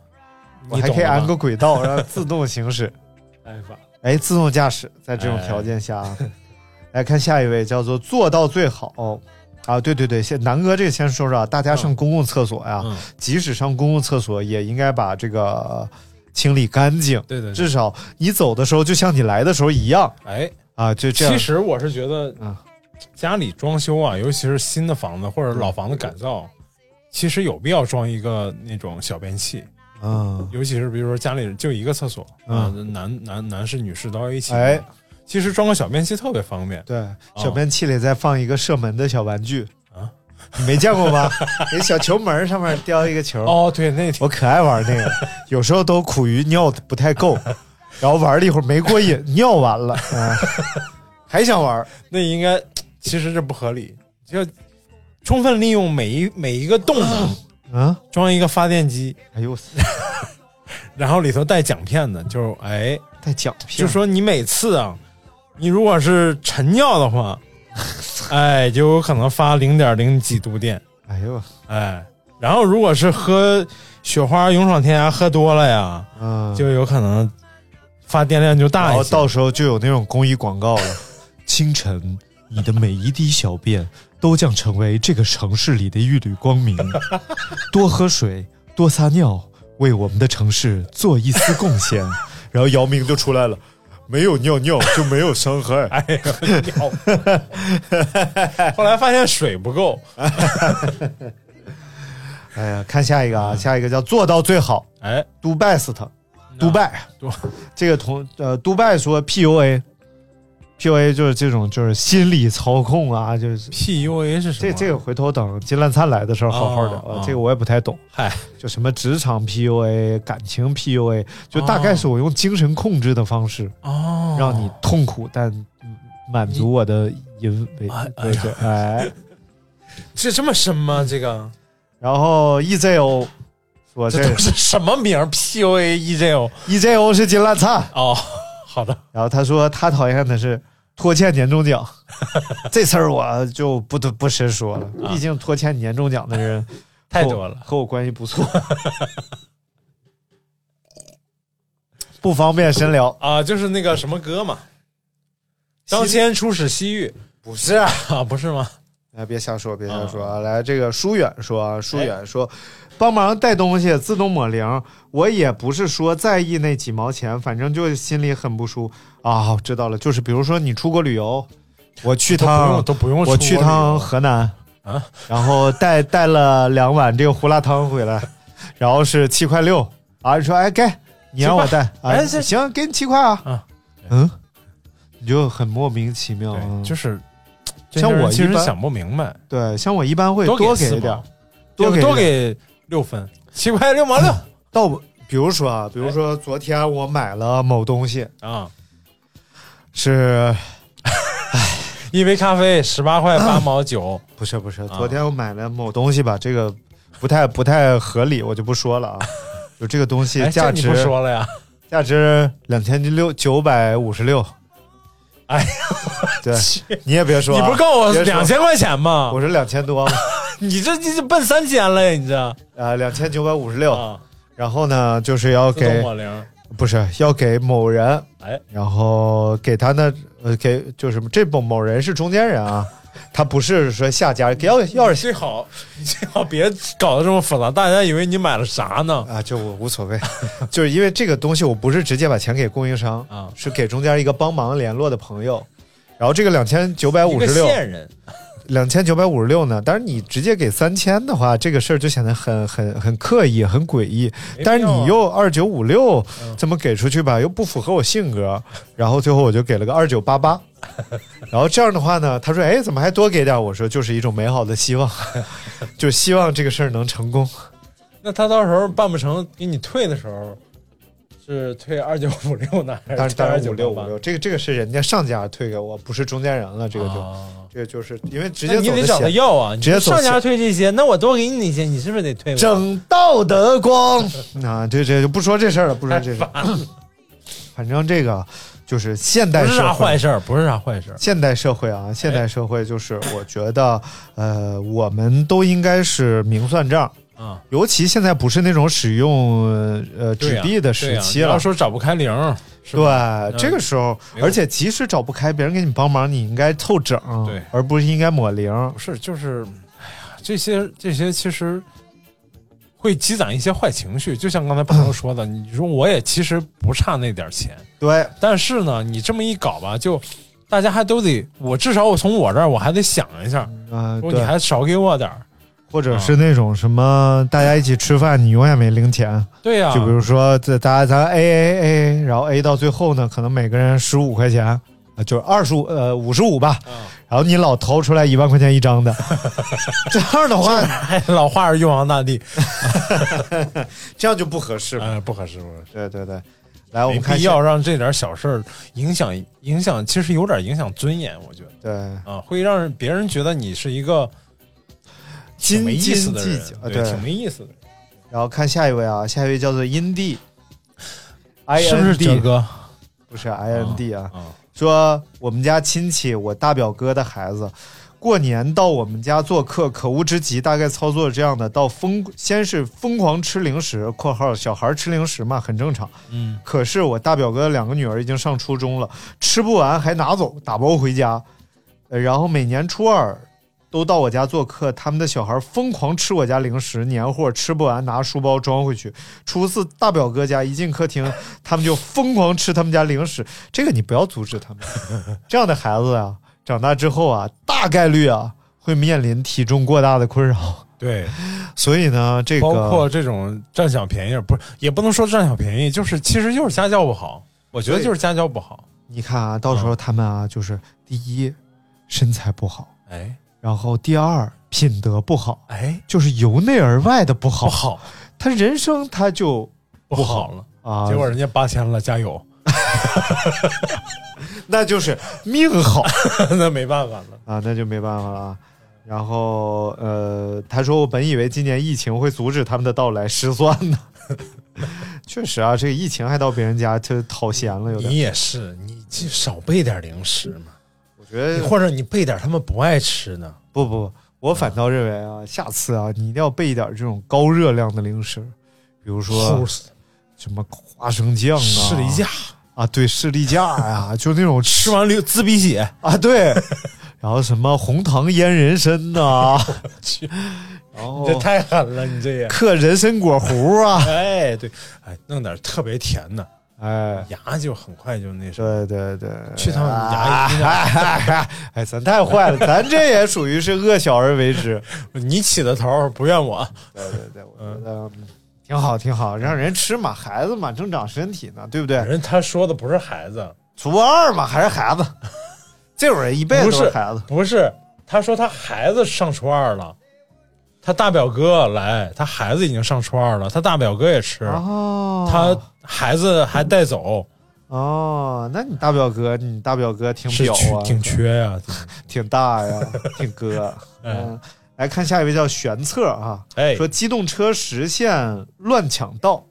你还懂可以的安个吧轨道，然后自动行驶。 [LAUGHS] 哎吧哎，自动驾驶，在这哎种条件下，啊来看下一位，叫做做到最好。啊，对对对，先南哥这个先说说啊，大家上公共厕所呀，嗯，即使上公共厕所，也应该把这个清理干净，对对对，至少你走的时候就像你来的时候一样哎，啊，就这样。其实我是觉得啊家里装修啊，尤其是新的房子或嗯者老房子改造，其实有必要装一个那种小便器，嗯，尤其是比如说家里就一个厕所，嗯啊，男男男士女士都要一起用，哎其实装个小便器特别方便，对，小便器里再放一个射门的小玩具啊，你没见过吧？那小球门上面叼一个球，哦，对，那挺我可爱玩那个，有时候都苦于尿不太够，然后玩了一会儿没过瘾，尿完了，啊，还想玩， [LAUGHS] 那应该其实这不合理，就要充分利用每一每一个动能，嗯，装一个发电机，哎呦，然后里头带奖片的，就是哎，太讲片就了，说你每次啊，你如果是晨尿的 [LAUGHS] 话，哎，就有可能发零点零几度电，哎呦，哎，然后如果是喝雪花勇闯天涯喝多了呀，嗯，就有可能发电量就然大后一些。到时候就有那种公益广告 [LAUGHS] 了，清晨，你的每一滴小便都将成为这个城市里的一缕光明，多喝水，多 [LAUGHS] 撒尿，为我们的城市做一丝贡献。然后姚明就出来了，没有尿尿就没有伤害。哎呀，尿！ [LAUGHS] 后来发现水不够， [LAUGHS] 哎呀，看下一个啊，下一个叫做到最好哎， ，do best，d 拜多这个同呃 d 拜说 PUA。PUA 就是这种，就是心理操控啊，就是 PUA 是什这么？啊这个回头等金烂灿来的时候好好聊哦啊哦，这个我也不太懂，嗨，就什么职场 PUA、感情 PUA，就大概是我用精神控制的方式哦，让你痛苦，但满足我的淫为哎哎为者 [LAUGHS] 哎。这这么深吗？这个然后 E EZO 说这这都是什么名儿？PUA EJO EZO 是金烂灿，E 哦，好的，然后他说他讨厌的是拖欠年终奖，这事儿我就不得不深说了，啊毕竟拖欠年终奖的人 [LAUGHS] 太和我多了和我关系不 [LAUGHS] 错，不方便深聊。啊，就是那个什么歌嘛，张骞出使西域不是啊，啊，不是吗？哎，别瞎说，别瞎说啊！来，这个舒远说，啊，舒哎远说，帮忙带东西，自动抹零，我也不是说在意那几毛钱，反正就心里很不舒啊。知道了，就是比如说你出国旅游，我去都不趟用，都不用出国我旅去游，趟河南啊，然后带带了两碗这个胡辣汤回来，然后是七块六啊，你说哎给你让我带，啊哎这行，给你七块啊，啊嗯，你就很莫名其妙啊，对，就是这像些人我一其实般想不明白，对，像我一般会多多给给四一点儿毛，多给多一点儿给六分，七块六 [LAUGHS] 毛六哎到我比如说啊，比如说昨天我买了某东西啊，是。一杯咖啡十八块八毛九，啊不是不是，昨天我买了某东西吧，这个不太不太合理，我就不说了 [LAUGHS] 啊。就这个东西哎，价这你值不说了呀？价值两千六九百五十六。哎呦， [LAUGHS] 对，你也别说你啊、不够我别说两，千块钱吗？我是两千多嘛， [LAUGHS] 你这你这奔三千了呀？你这呃，两千九百五十六。啊，然后呢，就是要自动给抹零，不是要给某人，哎，然后给他呢，呃，给就是什么这某某人是中间人啊， [LAUGHS] 他不是说下家，给要要是最好你最好别搞得这么复杂，大家以为你买了啥呢？啊，就我无所谓， [LAUGHS] 就是因为这个东西我不是直接把钱给供应商啊是给中间一个帮忙联络的朋友。然后这个两千九百一五个十六，线人 [LAUGHS] 两千九百五十六呢，但是你直接给三千的话，这个事儿就显得很很很刻意、很诡异。没必要啊但是你又二九五六嗯这么给出去吧，又不符合我性格，然后最后我就给了个二九 [LAUGHS] 八八。然后这样的话呢，他说：“哎，怎么还多给点？”我说：“就是一种美好的希望， [LAUGHS] 就希望这个事儿能成功。那他到时候办不成，给你退的时候是退二九五六呢，还当然，是退当二然九五六八五六，？这个这个是人家上家退给我，不是中间人了。这个就、啊这个就是因为直那接你得走的找他险要啊，你直接走上家线退这些，那我多给你一些，你是不是得退我？正道的光啊，这这就不说这事儿了，不说太这事儿烦。了， [CLEARS THROAT] 反正这个就是现代不是社啥会坏，事儿，不是啥坏事儿。哎现代社会啊，现代社会就是我觉得，呃，我们都应该是明算账，啊，尤其现在不是那种使用对呃纸呀币的对时呀期你了要。说找不开零儿，是对吧？，嗯哎这个时候，没有而且即使找不开，别人给你帮忙，你应该凑整，对而不是应该抹零。不是，就是，哎呀，这些这些其实会积攒一些坏情绪，就像刚才朋友说的，你说我也其实不差那点儿钱，对，但是呢，你这么一搞吧，就大家还都得，我至少我从我这儿我还得想一下，嗯、说你对，还少给我点儿，或者是那种什么，大家一起吃饭，你永远没零钱。嗯对呀、就比如说，这大家咱 A A A，然后 A 到最后呢，可能每个人十五块钱，啊，就是二十五呃五十五嗯吧。然后你老掏出来一万块钱一 [LAUGHS] 张的，这样的话，哎， [LAUGHS] 老话是玉皇大帝， [LAUGHS] 这样就不合适了。呃，不合适，不合适。对对对，来我没们看必下要让这点小事儿影响影响，其实有点影响尊严，我觉得对啊，会让别人觉得你是一个挺斤没意斤思的计人较，，对，对。挺没意思的。然后看下一位啊，下一位叫做 Ind，是不是哲 D？哥？不是 I N D 啊，啊，说我们家亲戚，我大表哥的孩子，过年到我们家做客，可恶之极。大概操作是这样的：到疯，先是疯狂吃零食（括号小孩吃零食嘛，很正常）。嗯，可是我大表哥的两个女儿已经上初中了，吃不完还拿走，打包回家。呃然后每年初二都到我家做客，他们的小孩疯狂吃我家零食、年货，吃不完拿书包装回去。初四大表哥家一进客厅，他们就疯狂吃他们家零食，这个你不要阻止他们。 [LAUGHS] 这样的孩子啊，长大之后啊，大概率啊会面临体重过大的困扰。对，所以呢，这个包括这种占小便宜，不是也不能说占小便宜，就是其实就是家教不好，我觉得对就是家教不好。嗯你看啊，到时候他们啊，就是第一身材不好，哎然后第二品德不好，哎，就是由内而外的不好。不好他人生他就不好了，啊，结果人家八千了，加油， [LAUGHS] 那就是命好 [LAUGHS] 那没办法了。啊，那就没办法了啊。然后呃，他说我本以为今年疫情会阻止他们的到来，失算 [LAUGHS] 呢。确实啊，这个疫情还到别人家就讨嫌了，有你点。也是，你就少备点零食嘛，我觉得你或者你备点他们不爱吃的。不不不，我反倒认为啊，下次啊，你一定要备一点这种高热量的零食，比如说齁什么花生酱啊、士力架，啊，对，士力架呀、就那种吃 [LAUGHS] 吃完流自鼻血，啊，对， [LAUGHS] 然后什么红糖腌人参呐、然后这太狠了，你这也。嗑人参果糊啊，哎，对，哎，弄点特别甜的，哎，牙就很快就那什么。对对对，去趟牙医那哎， [LAUGHS] 哎，咱太坏了，咱这也属于是恶小而为之。 [LAUGHS] 你起的头儿不怨我。对对对，我觉得嗯挺好，挺好，让人吃嘛，孩子嘛，正长身体呢，对不对？人他说的不是孩子，初二嘛，还是孩子，这种人一辈子不都是孩子。不是，他说他孩子上初二了，他大表哥来，他孩子已经上初二了，他大表哥也吃，哦，他孩子还带走，哦，那你大表哥，你大表哥挺是表缺啊，挺缺呀、 [LAUGHS] 挺大 [LAUGHS] 呀，挺哥。嗯，来看下一位叫玄策啊，哎说机动车实现乱抢道。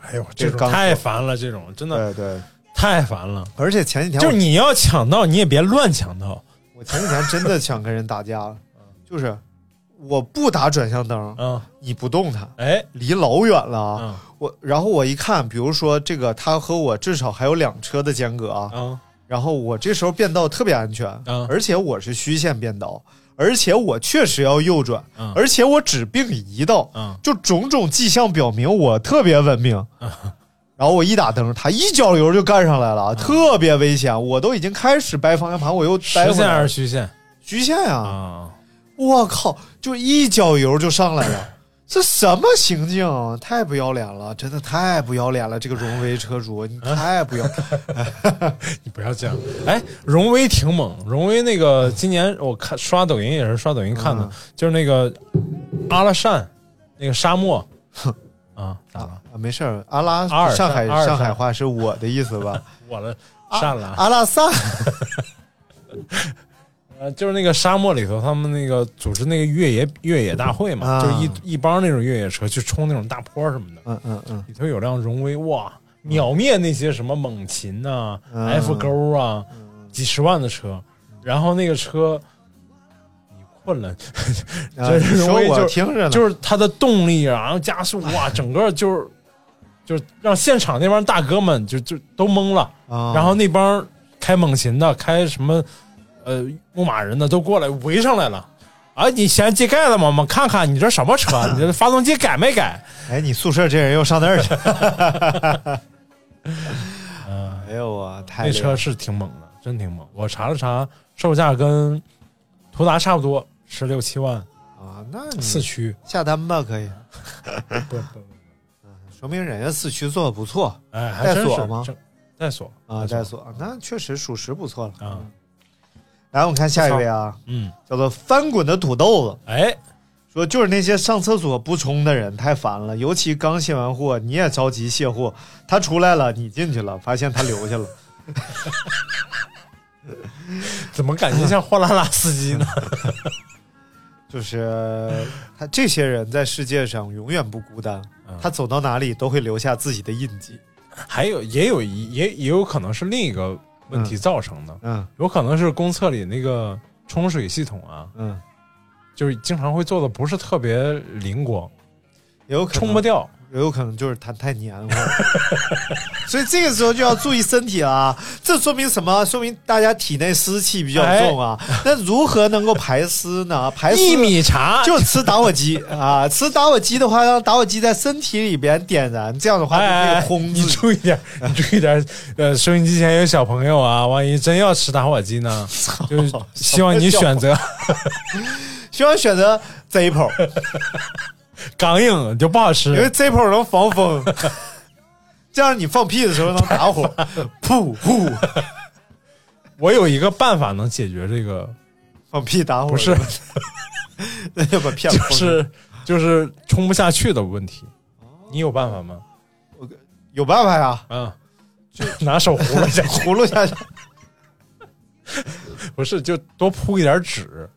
哎呦，这这个刚种太烦了，这种真的对对，太烦了。而且前几天就我是你要抢到，你也别乱抢到。我前几天真的想跟人打架了，就是我不打转向灯，嗯，你不动它，哎，离老远了啊。嗯我然后我一看，比如说这个他和我至少还有两车的间隔啊，嗯，然后我这时候变道特别安全，嗯而且我是虚线变道，而且我确实要右转，嗯而且我只并一道，嗯就种种迹象表明我特别文明。然后我一打灯，他一脚油就干上来嗯了，特别危险。我都已经开始掰方向盘，我又实掰回线来还了是虚线局限呀、啊？我靠，就一脚油就上来了， [LAUGHS] 这什么行径？太不要脸了，真的太不要脸了！这个荣威车主，你太不要，啊 [LAUGHS] 你不要这样。哎，荣威挺猛，荣威那个今年我看刷抖音也是刷抖音看的，啊就是那个阿拉善那个沙漠 [LAUGHS] 啊，咋了？啊，没事儿，阿拉阿尔上海阿尔上海话是我的意思吧？ [LAUGHS] 我了善了、阿拉萨呃，就是那个沙漠里头，他们那个组织那个越野越野大会嘛，啊就是一一帮那种越野车去冲那种大坡什么的，嗯嗯嗯，里头有辆荣威，哇，秒灭那些什么猛禽呐、嗯 F 勾啊，几十万的车，然后那个车。你困了，啊这是你说容易我 [LAUGHS] 就听着呢，就是它的动力，啊然后加速，哇，整个就是就是让现场那帮大哥们就就都懵了，啊然后那帮开猛禽的、开什么呃牧马人的都过来围上来了。啊，你嫌机盖了吗？我们看看你这什么车，你这发动机改没改？ [LAUGHS] 哎，你宿舍这人又上那儿去， [LAUGHS] 哎呦我嗯太那厉害车是挺猛的，真挺猛。我查了查，售价跟途达差不多，十六七万，啊，那四你驱。下单吧可以， [LAUGHS] 嗯不不，说明人家四驱做的不错哎，还带真锁是吗真带锁啊，带锁，那确实属实不错了。啊，来，我们看下一位啊，嗯，叫做翻滚的土豆子。哎，说就是那些上厕所不冲的人太烦了，尤其刚卸完货，你也着急卸货，他出来了，你进去了，发现他留下了。 [LAUGHS] 怎么感觉像货拉拉司机呢？ [LAUGHS] 就是他这些人在世界上永远不孤单，他走到哪里都会留下自己的印记。嗯还有也有一也也有可能是另一个问题造成的，嗯有可能是公厕里那个冲水系统啊，嗯，就是经常会做的不是特别灵光，也有可能冲不，掉，有可能就是痰太黏糊了，所以这个时候就要注意身体啦。这说明什么？说明大家体内湿气比较重啊。哎那如何能够排湿呢？排湿薏米茶就吃打火机啊，吃打火机的话，让打火机在身体里边点燃，这样的话就哎没有哎，轰你制。注意 [LAUGHS] 点，你注意点。呃，收音机前有小朋友啊，万一真要吃打火机呢，就是希望你选择 [LAUGHS] 希望选择 Zippo，刚硬就不好吃因。为 Zippo 能防风，这样你放屁的时候能打 [LAUGHS] 火，噗呼，我有一个办法能解决这个，放屁打火不是， [LAUGHS] 那就把骗子就封住是就是冲不下去的问题。你有办法吗？有办法呀，啊，就 [LAUGHS] 拿手糊了一 [LAUGHS] 下，葫芦下去。 [LAUGHS] 不是，就多铺一点纸，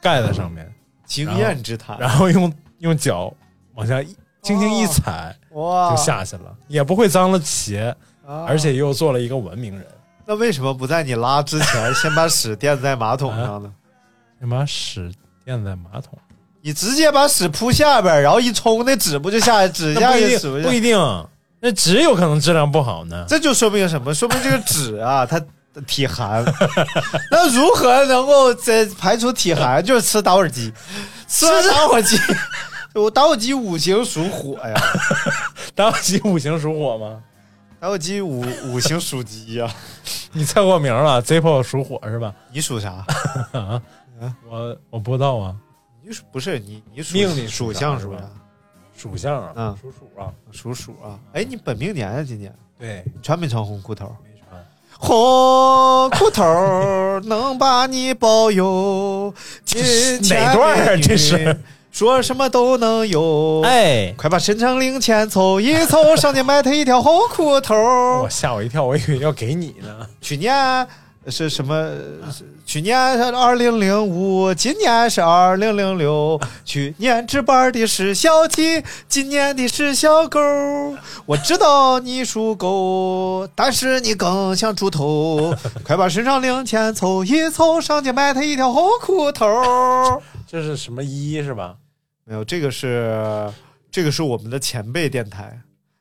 盖在上面，嗯经验之谈。然后用用脚往下一轻轻一踩哦哇，就下去了，也不会脏了鞋，啊而且又做了一个文明人。那为什么不在你拉之前先把屎垫在马桶上呢？你啊把屎垫在马桶，你直接把屎铺下边，然后一冲，那纸不就下来？纸哎那下不一去，屎定，下不一去。定，那纸有可能质量不好呢。这就说明什么？说明这个纸 [LAUGHS] 啊，它体寒。那如何能够在排除体寒？就是吃打 [LAUGHS] 火机，吃完打火 [LAUGHS] 机。我打火机五行属火呀， [LAUGHS] 打火机五行属火吗？打火机五五行属鸡呀、 [LAUGHS] 你测过名了，Zippo 属火是吧？啊你属 [LAUGHS] 啥？我我不知道啊，你属不是你？你属命里属属相啥是属吧啥？属相啊，嗯属鼠啊，属鼠啊！哎，你本命年啊，今年对，你穿没穿红裤头？没穿。红裤头儿能把你保 [LAUGHS] 佑。是金钱哪段啊美女这是说什么都能有。，哎，快把身上零钱凑一凑，上街买他一条红裤头 [LAUGHS] 我儿。吓我一跳，我以为要给你呢。去年是什么？是去年是二零零五，今年是二零零六。去年值班的是小鸡，今年的是小狗。我知道你属狗，但是你更像 [LAUGHS] 猪头。快把身上零钱凑一凑，上街买它一条红裤头。这是什么一是吧？没有，这个是这个是我们的前辈电台，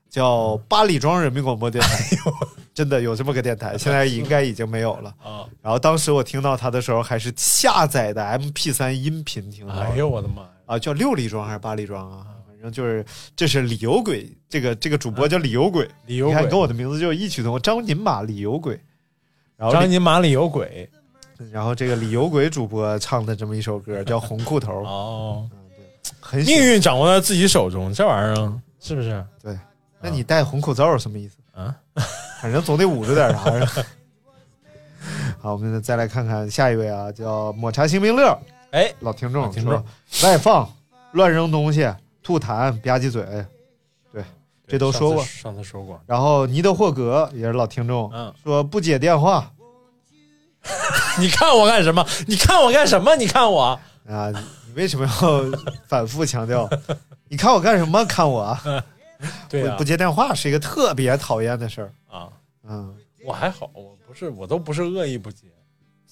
叫八里庄人民广播电台。 [LAUGHS] 真的有这么个电 [LAUGHS] 台，现在应该已经没有了。啊，然后当时我听到他的时候，还是下载的 MP 三音频听到的。哎呦我的妈呀！啊，叫六里庄还是八里庄啊？反正就是这是李有鬼，这个这个主播叫李有鬼，啊李有你看跟鬼，我的名字就异曲同工，张宁马李有鬼。然后张这，金马里有鬼然后这个李有鬼主播唱的这么一 [LAUGHS] 首歌叫《红裤头》，嗯哦，很喜命。运掌握在自己手中，这玩意儿是不是？那你戴红口罩是什么意思？啊， [LAUGHS] 反正总得捂着点啥呀。 [LAUGHS] 好，我们再来看看下一位啊，叫抹茶星冰乐哎，老听众老听说，外放、乱扔东西、吐痰、吧唧嘴，对，这都说过上。次上次说过，然后尼德霍格也是老听众，嗯，说不接电话 [LAUGHS] 你看我干什么？你看我干什么？你看我，啊，你你为什么要 [LAUGHS] 反复强调？你看我干什么？看 [LAUGHS] 我啊，对啊不不接电话是一个特别讨厌的事儿。啊，嗯，我还好，我不是，我都不是恶意不接，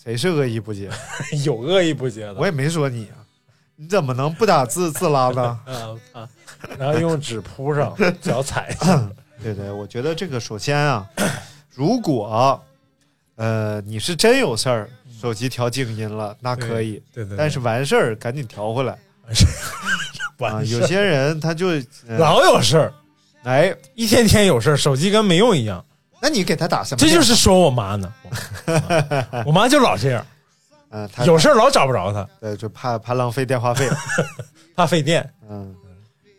谁是恶意不接？ [LAUGHS] 有恶意不接的，我也没说你啊，你怎么能不打字自拉 [LAUGHS] 呢？啊啊，然后用纸铺 [LAUGHS] 上，脚踩一下，对对，我觉得这个首 [COUGHS] 先啊，如果呃你是真有事儿，手机调静音了，那对可以。对对对，但是完事儿赶紧调回来啊！完事有些人他就、儿呃、老有事儿，哎，一天天有事儿，手机跟没用一样。那你给他打什么这电话？就是说我妈 [LAUGHS] 呢，我我妈就老这样，嗯，他有事儿老找不着她，呃，就怕怕浪费电话费， [LAUGHS] 怕费电。嗯。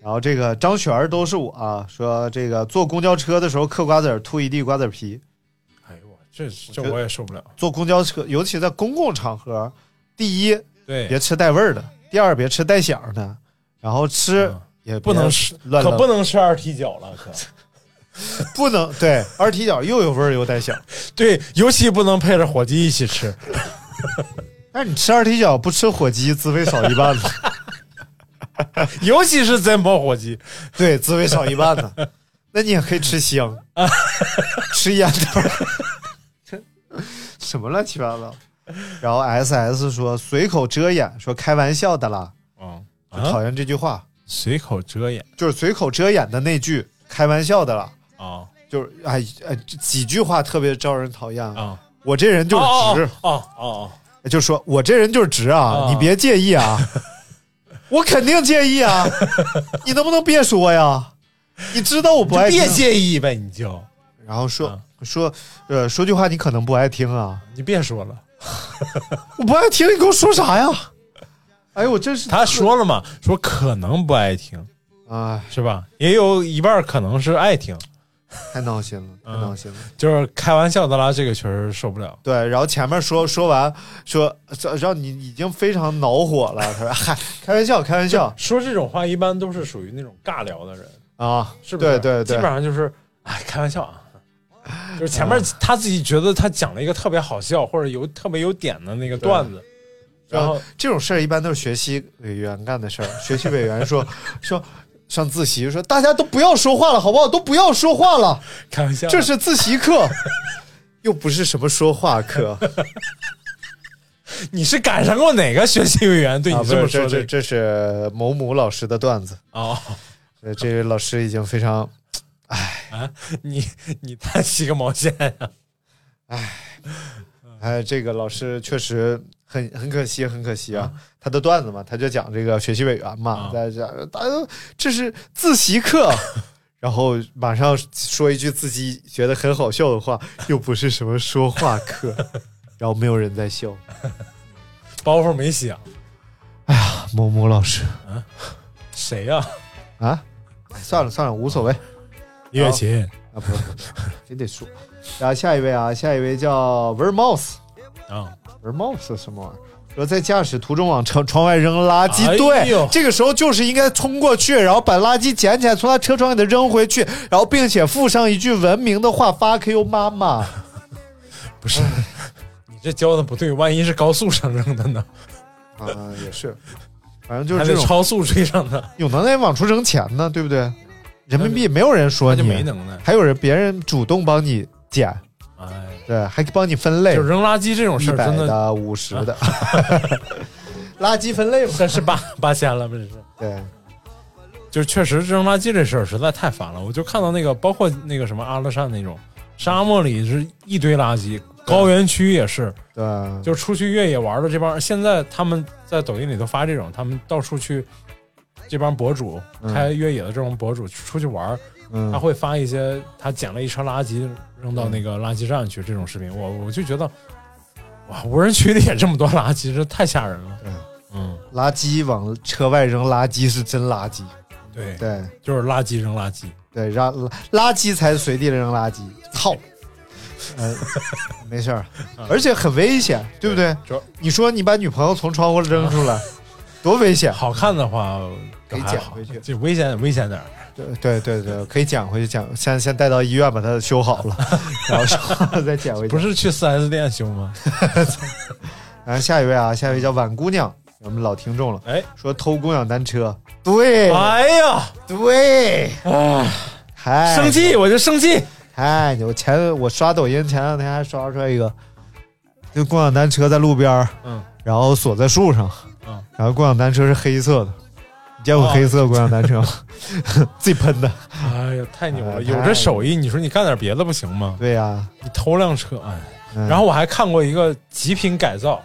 然后这个张璇儿都是我啊，说这个坐公交车的时候嗑瓜子儿吐一地瓜子皮，哎呦，这这我觉得我也受不了。坐公交车尤其在公共场合，第一别对，吃带味儿的，第二别吃带响儿的，然后吃嗯也别不能吃，乱可扔不能吃二踢脚了，可 [LAUGHS] 不能对二踢脚又有味儿又带响儿， [LAUGHS] 对，尤其不能配着火鸡一起 [LAUGHS] 吃。但是你吃二踢脚不吃火鸡滋味少一半呢， [LAUGHS] 尤其是真包火鸡，对，滋味少一半呢，那你也可以 [LAUGHS] 吃香，吃烟头儿， [LAUGHS] 什么乱七八糟。然后 S S 说随口遮掩，说开玩笑的啦，嗯就讨厌这句话。随口遮掩就是随口遮掩的那句开玩笑的了，啊就是哎哎这几句话特别招人讨厌啊。啊，我这人就是直，哦哦哦，就说我这人就是直啊，啊你别介意啊，我肯定介意啊，你能不能别说呀？你知道我不爱就听，啊别介意呗，你就然后说、啊说呃说句话你可能不爱听啊，你别说了。 [LAUGHS] 我不爱听，你跟我说啥呀？哎呦，我真是他说了嘛，说可能不爱听，啊，是吧？也有一半可能是爱听，嗯太闹心了，太闹心了。就是开玩笑的啦，这个确实受不了。对，然后前面说说完说让你已经非常恼火了，他说 [LAUGHS] 嗨，开玩笑，开玩笑说这种话一般都是属于那种尬聊的人，啊，是不是？对对基本对，上就是，哎，开玩笑啊，就是前啊面他自己觉得他讲了一个特别好笑或者有特别有点的那个段子，然后这种事儿一般都是学习委员干的事儿。学习委 [LAUGHS] 员说说上自习说大家都不要说话了，好不好？都不要说话了，开玩笑，这是自 [LAUGHS] 习课，又不是什么说话课。你是赶上过哪个学习委员对啊，你不这是，么说这的这这是某某老师的段子。哦，呃，这位老师已经非常啊你你叹息个毛线啊呀、嗯哎，这个老师确实很很可惜，很可惜啊。嗯他的段子嘛，他就讲这个学习委员嘛啊，在这大家都这是自 [LAUGHS] 习课，然后马上说一句自己觉得很好笑的话，又不是什么说话课，然后没有人在笑。 [LAUGHS] 哎包袱没响，啊某某老师谁呀、啊，哎算了算了，无所谓李雪琴啊，不不不，非得说。然后下一位啊，下一位叫 Vermos。啊，玩帽子什么玩意儿？说在驾驶途中往窗窗外扔垃圾，哎对呦，这个时候就是应该冲过去，然后把垃圾捡起来，从他车窗给他扔回去，然后并且附上一句文明的话发 Q 妈妈。 [LAUGHS] 不是，你这教的不对，万一是高速上扔的呢？啊，也是，反正就是还这得种超速追上他，有能耐往出扔钱呢，对不对？人民币没有人说他你，就没能耐。还有人别人主动帮你捡，哎，对，还帮你分类就，扔垃圾这种一事儿，百真的的、五十的， [LAUGHS] 垃圾 [LAUGHS] 分类嘛，三十八八千了，不是？对。就是确实扔垃圾这事儿实在太烦了。我就看到那个，包括那个什么阿勒善那种，沙漠里是一堆垃圾，高原区也是。对，就出去越野玩的这帮，现在他们在抖音里头发这种，他们到处去，这帮博主嗯开越野的这种博主出去玩，嗯他，会发一些他捡了一车垃圾扔到那个垃圾站去这种视频，我嗯我就觉得，哇，无人区里也这么多垃圾，这太吓人了。嗯嗯，垃圾往车外扔，垃圾是真垃圾。对，对就是垃圾扔垃圾，对，让垃垃圾才随地扔垃圾。操！ [LAUGHS] 嗯、没事儿，而且很危险，对不对？嗯主要你说你把女朋友从窗户扔出来，多危险！好看的话可以还捡好回去就危险危险点儿。对对对对，可以捡回去，捡先先带到医院把它修好 [LAUGHS] 了，然后修好了再捡回去。不，是去四 S 店修吗？然后下一位 [LAUGHS] 啊，下一位叫婉姑娘，我们老听众了，哎，说偷共享单车，对、哎呀，对，嗨，生气我就生气。哎，我前我刷抖音前两天还刷出来一个，就共享单车在路边儿，嗯，然后锁在树上，嗯，然后共享单车是黑色的，你见过哦黑色共享单车吗？ [LAUGHS] 自己喷的，哎呀，太牛哎了！有这手艺，你说你干点别的不行吗？对呀、你偷辆车，哎。嗯然后我还看过一个极品改造，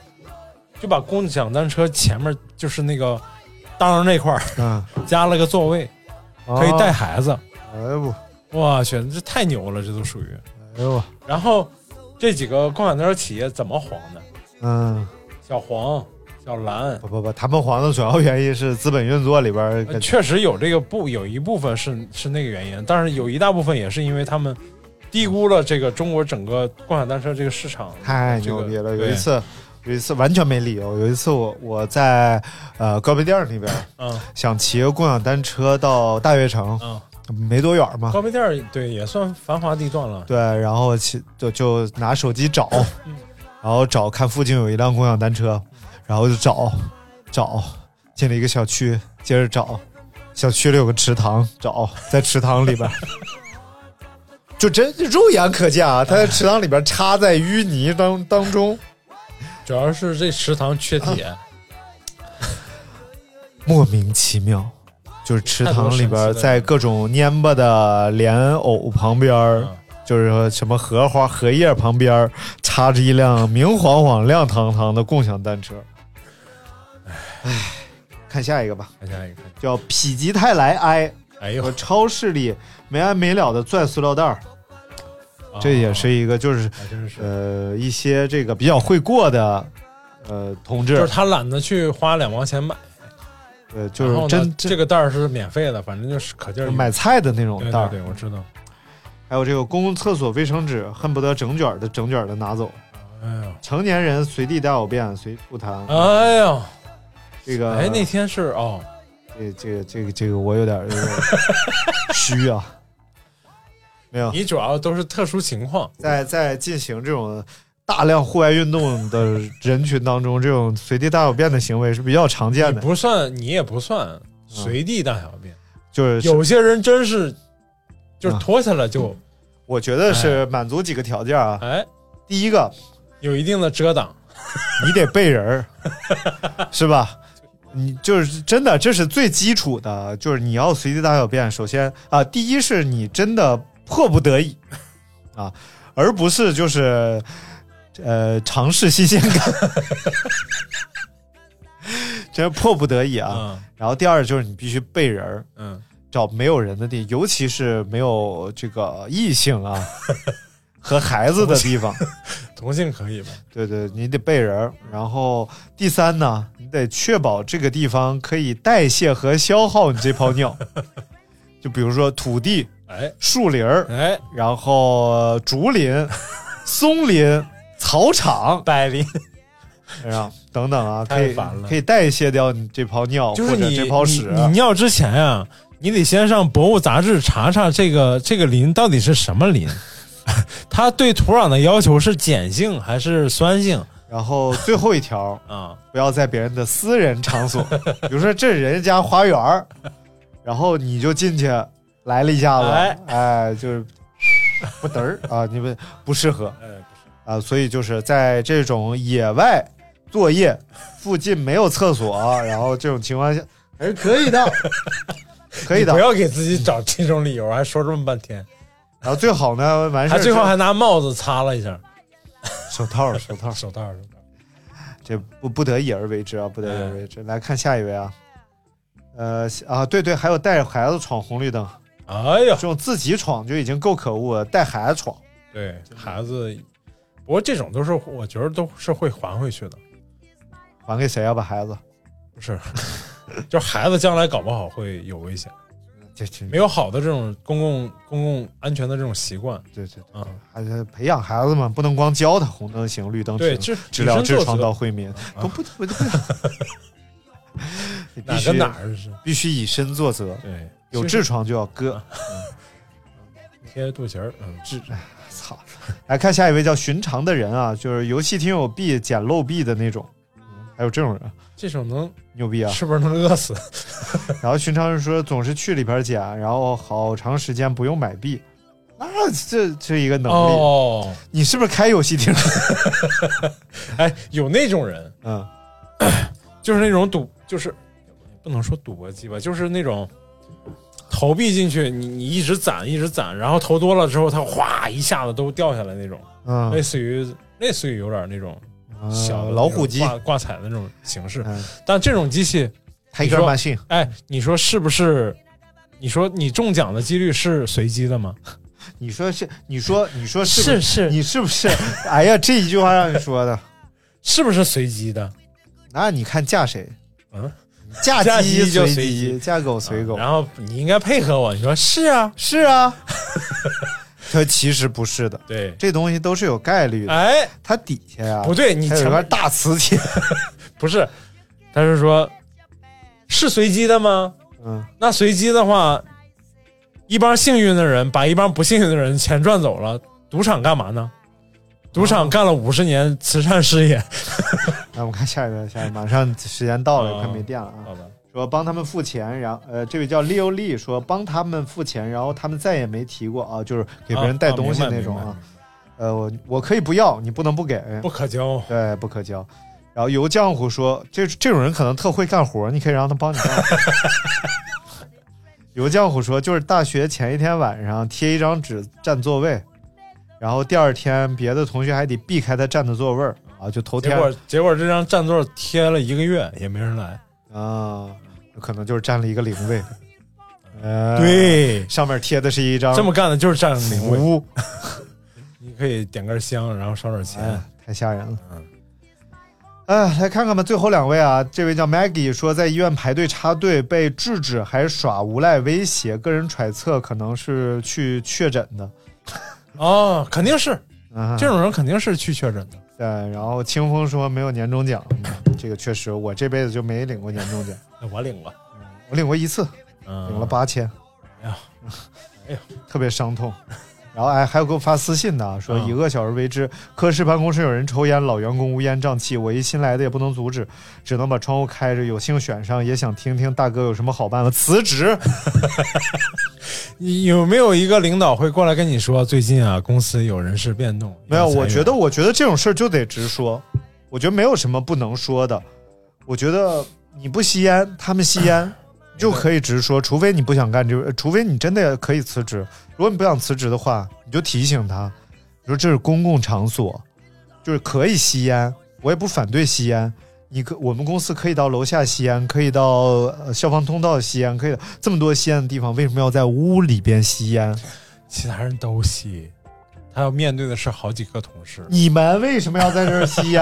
就把共享单车前面就是那个当那块儿嗯， [LAUGHS] 加了个座位，可以带啊，孩子。哎呦，我去，这太牛了，这都属于。哎呦，然后这几个共享单车企业怎么黄的？嗯，小黄、小蓝，不不不，他们黄的主要原因是资本运作里边儿呃跟，确实有这个部有一部分是是那个原因，但是有一大部分也是因为他们低估了这个中国整个共享单车这个市场。太这个牛逼了！有对一次，有一次完全没理由，有一次我我在呃高碑店儿那边儿嗯想骑个共享单车到大悦城，嗯，没多远儿嘛，高碑店儿对也算繁华地段了。嗯对，然后其就就拿手机找，然后找看附近有一辆共享单车，然后就找找，进了一个小区，接着找，小区里有个池塘，找在池塘里边儿， [LAUGHS] 就真肉眼可见啊，它在池塘里边插在淤泥当当中，主要是 [LAUGHS] 这食堂缺铁，莫名其妙，就是池太多塘里神奇边，的在各种蔫巴的莲藕旁边儿，嗯就是说什么荷花荷叶旁边儿插着一辆明晃晃、亮堂堂的共享单车。唉，看下一个吧，看下一个，看下一叫否极泰来哀。个哎我呦，超市里没完没了的攥塑料袋儿，这也是一个就是哦还真是，呃一些这个比较会过的呃同就志是，他懒得去花两毛钱买，呃就然后是呢真真这个袋儿是免费的，反正就是可劲儿买菜的那种对袋对对，儿，我知道。还有这个公共厕所卫生纸，恨不得整卷儿的整卷儿的拿走。哎呦，成年人随地大小便，随处弹。哎呦，这个，哎，那天是哦，这这个这个这个，我有点儿有 [LAUGHS] 点儿虚啊。没有，你主要都是特殊情况，在在进行这种大量户外运动的人群当中，这种随地大小便的行为是比较常见你的，嗯不算，你也不算随地大小便，就是有些人真是就是啊脱下来就我觉得是满足几个条件啊。哎第一个，有一定的遮挡，你得背人 [LAUGHS] 儿，是吧？你就是真的，这是最基础的，就是你要随地大小便。首先啊，第一是你真的迫不得已啊，而不是就是呃尝试新鲜感， [LAUGHS] 这是迫不得已啊。嗯然后第二就是你必须背人儿，嗯，找没有人的地，尤其是没有这个异性啊和孩子的地方。 [LAUGHS] 同性可以吧？对对，你得备人儿。然后第三呢，你得确保这个地方可以代谢和消耗你这泡 [LAUGHS] 尿，就比如说土地、哎树林儿，哎，然后竹林、松林、草场， [LAUGHS] 百灵然后等等啊，可太以烦了可以代谢掉你这泡尿就是或者你这泡屎。你你尿之前啊，你得先上博物杂志查查这个这个磷到底是什么磷，它对土壤的要求是碱性还是酸性然后最后一条， [LAUGHS] 啊？不要在别人的私人场所， [LAUGHS] 比如说这是人家花园儿，然后你就进去来了一下子，哎哎，就是不 [LAUGHS] 嘚儿啊，你们不适合哎，啊，所以就是在这种野外作业，附近没有 [LAUGHS] 厕所，然后这种情况下还是可以的，可以的不。要给自己找这种理由，还说这么半天，然后最好呢，完事还儿最后之还拿帽子擦了一下，手套 [LAUGHS] 手套，手套手套，这不不得已而为之啊，不得已而为哎之。来看下一位啊，呃啊，对对，还有带着孩子闯红绿灯。哎呀这，种自己闯就已经够可恶了，带孩子闯，对孩子，不过这种都是我觉得都是会还回去的，还给谁啊？把孩子，不是， [LAUGHS] 就孩子将来搞不好会有危险，这这没有好的这种公共公共安全的这种习惯，对对对，啊还是培养孩子嘛，不能光教他红灯行，绿灯对，行，这知以了身知作床则到会眠，都 [LAUGHS] 不不不，你必啊哪跟须哪儿是？必须以身作则，对，有其实痔疮就要割，贴肚脐儿，嗯，痔，哎操！来看下一位叫寻常的人啊，就是游戏厅有币捡漏币的那种，嗯还有这种人啊这种能牛逼啊！是不是能饿死？然后寻常人说总是去里边捡，然后好长时间不用买币，那这这一个能力，哦，你是不是开游戏厅？ [LAUGHS] 哎，有那种人，嗯， [COUGHS] 就是那种赌，就是不能说赌博机吧，就是那种投币进去，你你一直攒，一直攒，然后投多了之后，它哗一下子都掉下来那种，类嗯，似于类似于有点那种呃小的那种老虎机，挂挂彩的那种形式，嗯但这种机器， ，Tiger Machine，哎，你说是不是？你说你中奖的几率是随机的吗？ [LAUGHS] 你说是？你说你说是是不是你是不是？哎呀，这一句话让你说的， [LAUGHS] 是不是随机的？ [LAUGHS] 那你看嫁谁？嗯， [LAUGHS] 嫁嫁鸡鸡就随鸡，鸡啊嫁狗随狗，然后你应该配合我，你说是啊，是 [LAUGHS] 啊。它其实不是的，对，这东西都是有概率的。哎，它底下呀，不对，你它有一前块面大磁铁， [LAUGHS] 不是，他是说，是随机的吗？嗯，那随机的话，一帮幸运的人把一帮不幸运的人钱赚走了，赌场干嘛呢？赌场干了五十年慈善事 [LAUGHS] 业，来，我们看下一个，下一个，马上时间到了，啊快没电了啊！好吧，说帮他们付钱，然后呃，这位叫 Leo Lee 说帮他们付钱，然后他们再也没提过啊，就是给别人带东西那种啊。啊，呃，我我可以不要，你不能不给，不可交。对，不可交。然后油浆糊说，这这种人可能特会干活，你可以让他帮你干。有个江湖说，就是大学前一天晚上贴一张纸占座位，然后第二天别的同学还得避开他占的座位儿啊，就头结天果结果这张占座贴了一个月也没人来，啊，有可能就是占了一个零 [LAUGHS] 位。呃，，对，上面贴的是一张这么干的就是占领位。 [LAUGHS] 服务， [LAUGHS] 你可以点根香，然后烧点哎钱。，太吓人了。嗯哎，来看看吧，最后两位啊，这位叫 Maggie 说，在医院排队插队被制止，还耍无赖威胁，个人揣测可能是去确诊的。 [LAUGHS] 哦，肯定是啊，这种人肯定是去确诊的。对，然后清风说没有年终奖，嗯这个确实我这辈子就没领过年终奖， [LAUGHS] 那我领了，我领过一次，嗯，领了八千，哎呀，哎呀， [LAUGHS] 特别伤痛。然后哎，还有给我发私信呢，说嗯以恶小而为之，科室办公室有人抽烟，老员工乌烟瘴气，我一新来的也不能阻止，只能把窗户开着。有幸选上，也想听听大哥有什么好办法，辞职。你 [LAUGHS] 有没有一个领导会过来跟你说，最近啊，公司有人事变动？没有，要裁员啊我觉得，我觉得这种事儿就得直说，我觉得没有什么不能说的。我觉得你不吸烟，他们吸 [LAUGHS] 烟就可以直说，除非你不想干这，除非你真的可以辞职。如果你不想辞职的话，你就提醒他，你说这是公共场所，就是可以吸烟，我也不反对吸烟。你可我们公司可以到楼下吸烟，可以到呃消防通道吸烟，可以这么多吸烟的地方，为什么要在屋里边吸烟？其他人都吸，他要面对的是好几个同事。你们为什么要在这儿 [LAUGHS] 吸烟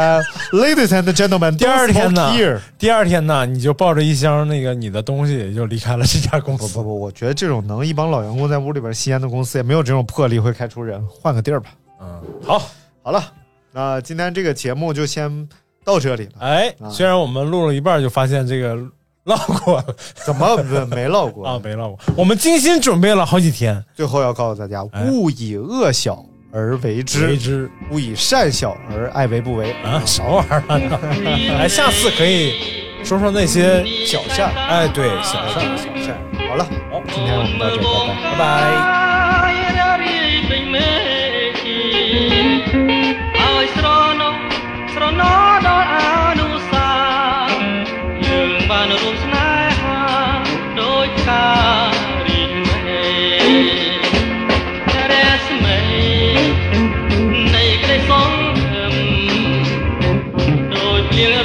？Ladies and gentlemen，第二天呢 don't smoke here 第二天呢，你就抱着一箱那个你的东西，也就离开了这家公不司不。不，我觉得这种能一帮老员工在屋里边吸烟的公司，也没有这种魄力会开除人，换个地儿吧。嗯，好，好了，那今天这个节目就先到这里了。哎啊，虽然我们录了一半，就发现这个落过了怎么没没唠过？啊，没落过。我们精心准备了好几天，最后要告诉大家，哎勿以恶小而为为之，之勿以善小而爱为不为。啊，少玩儿啊！ [LAUGHS] 哎，下次可以说说那些小善，哎，对，小小事儿善，小善。好了，好今天我们到这儿，拜拜。拜拜。 Hãy subscribe cho kênh Ghiền Mì Gõ Để không bỏ lỡ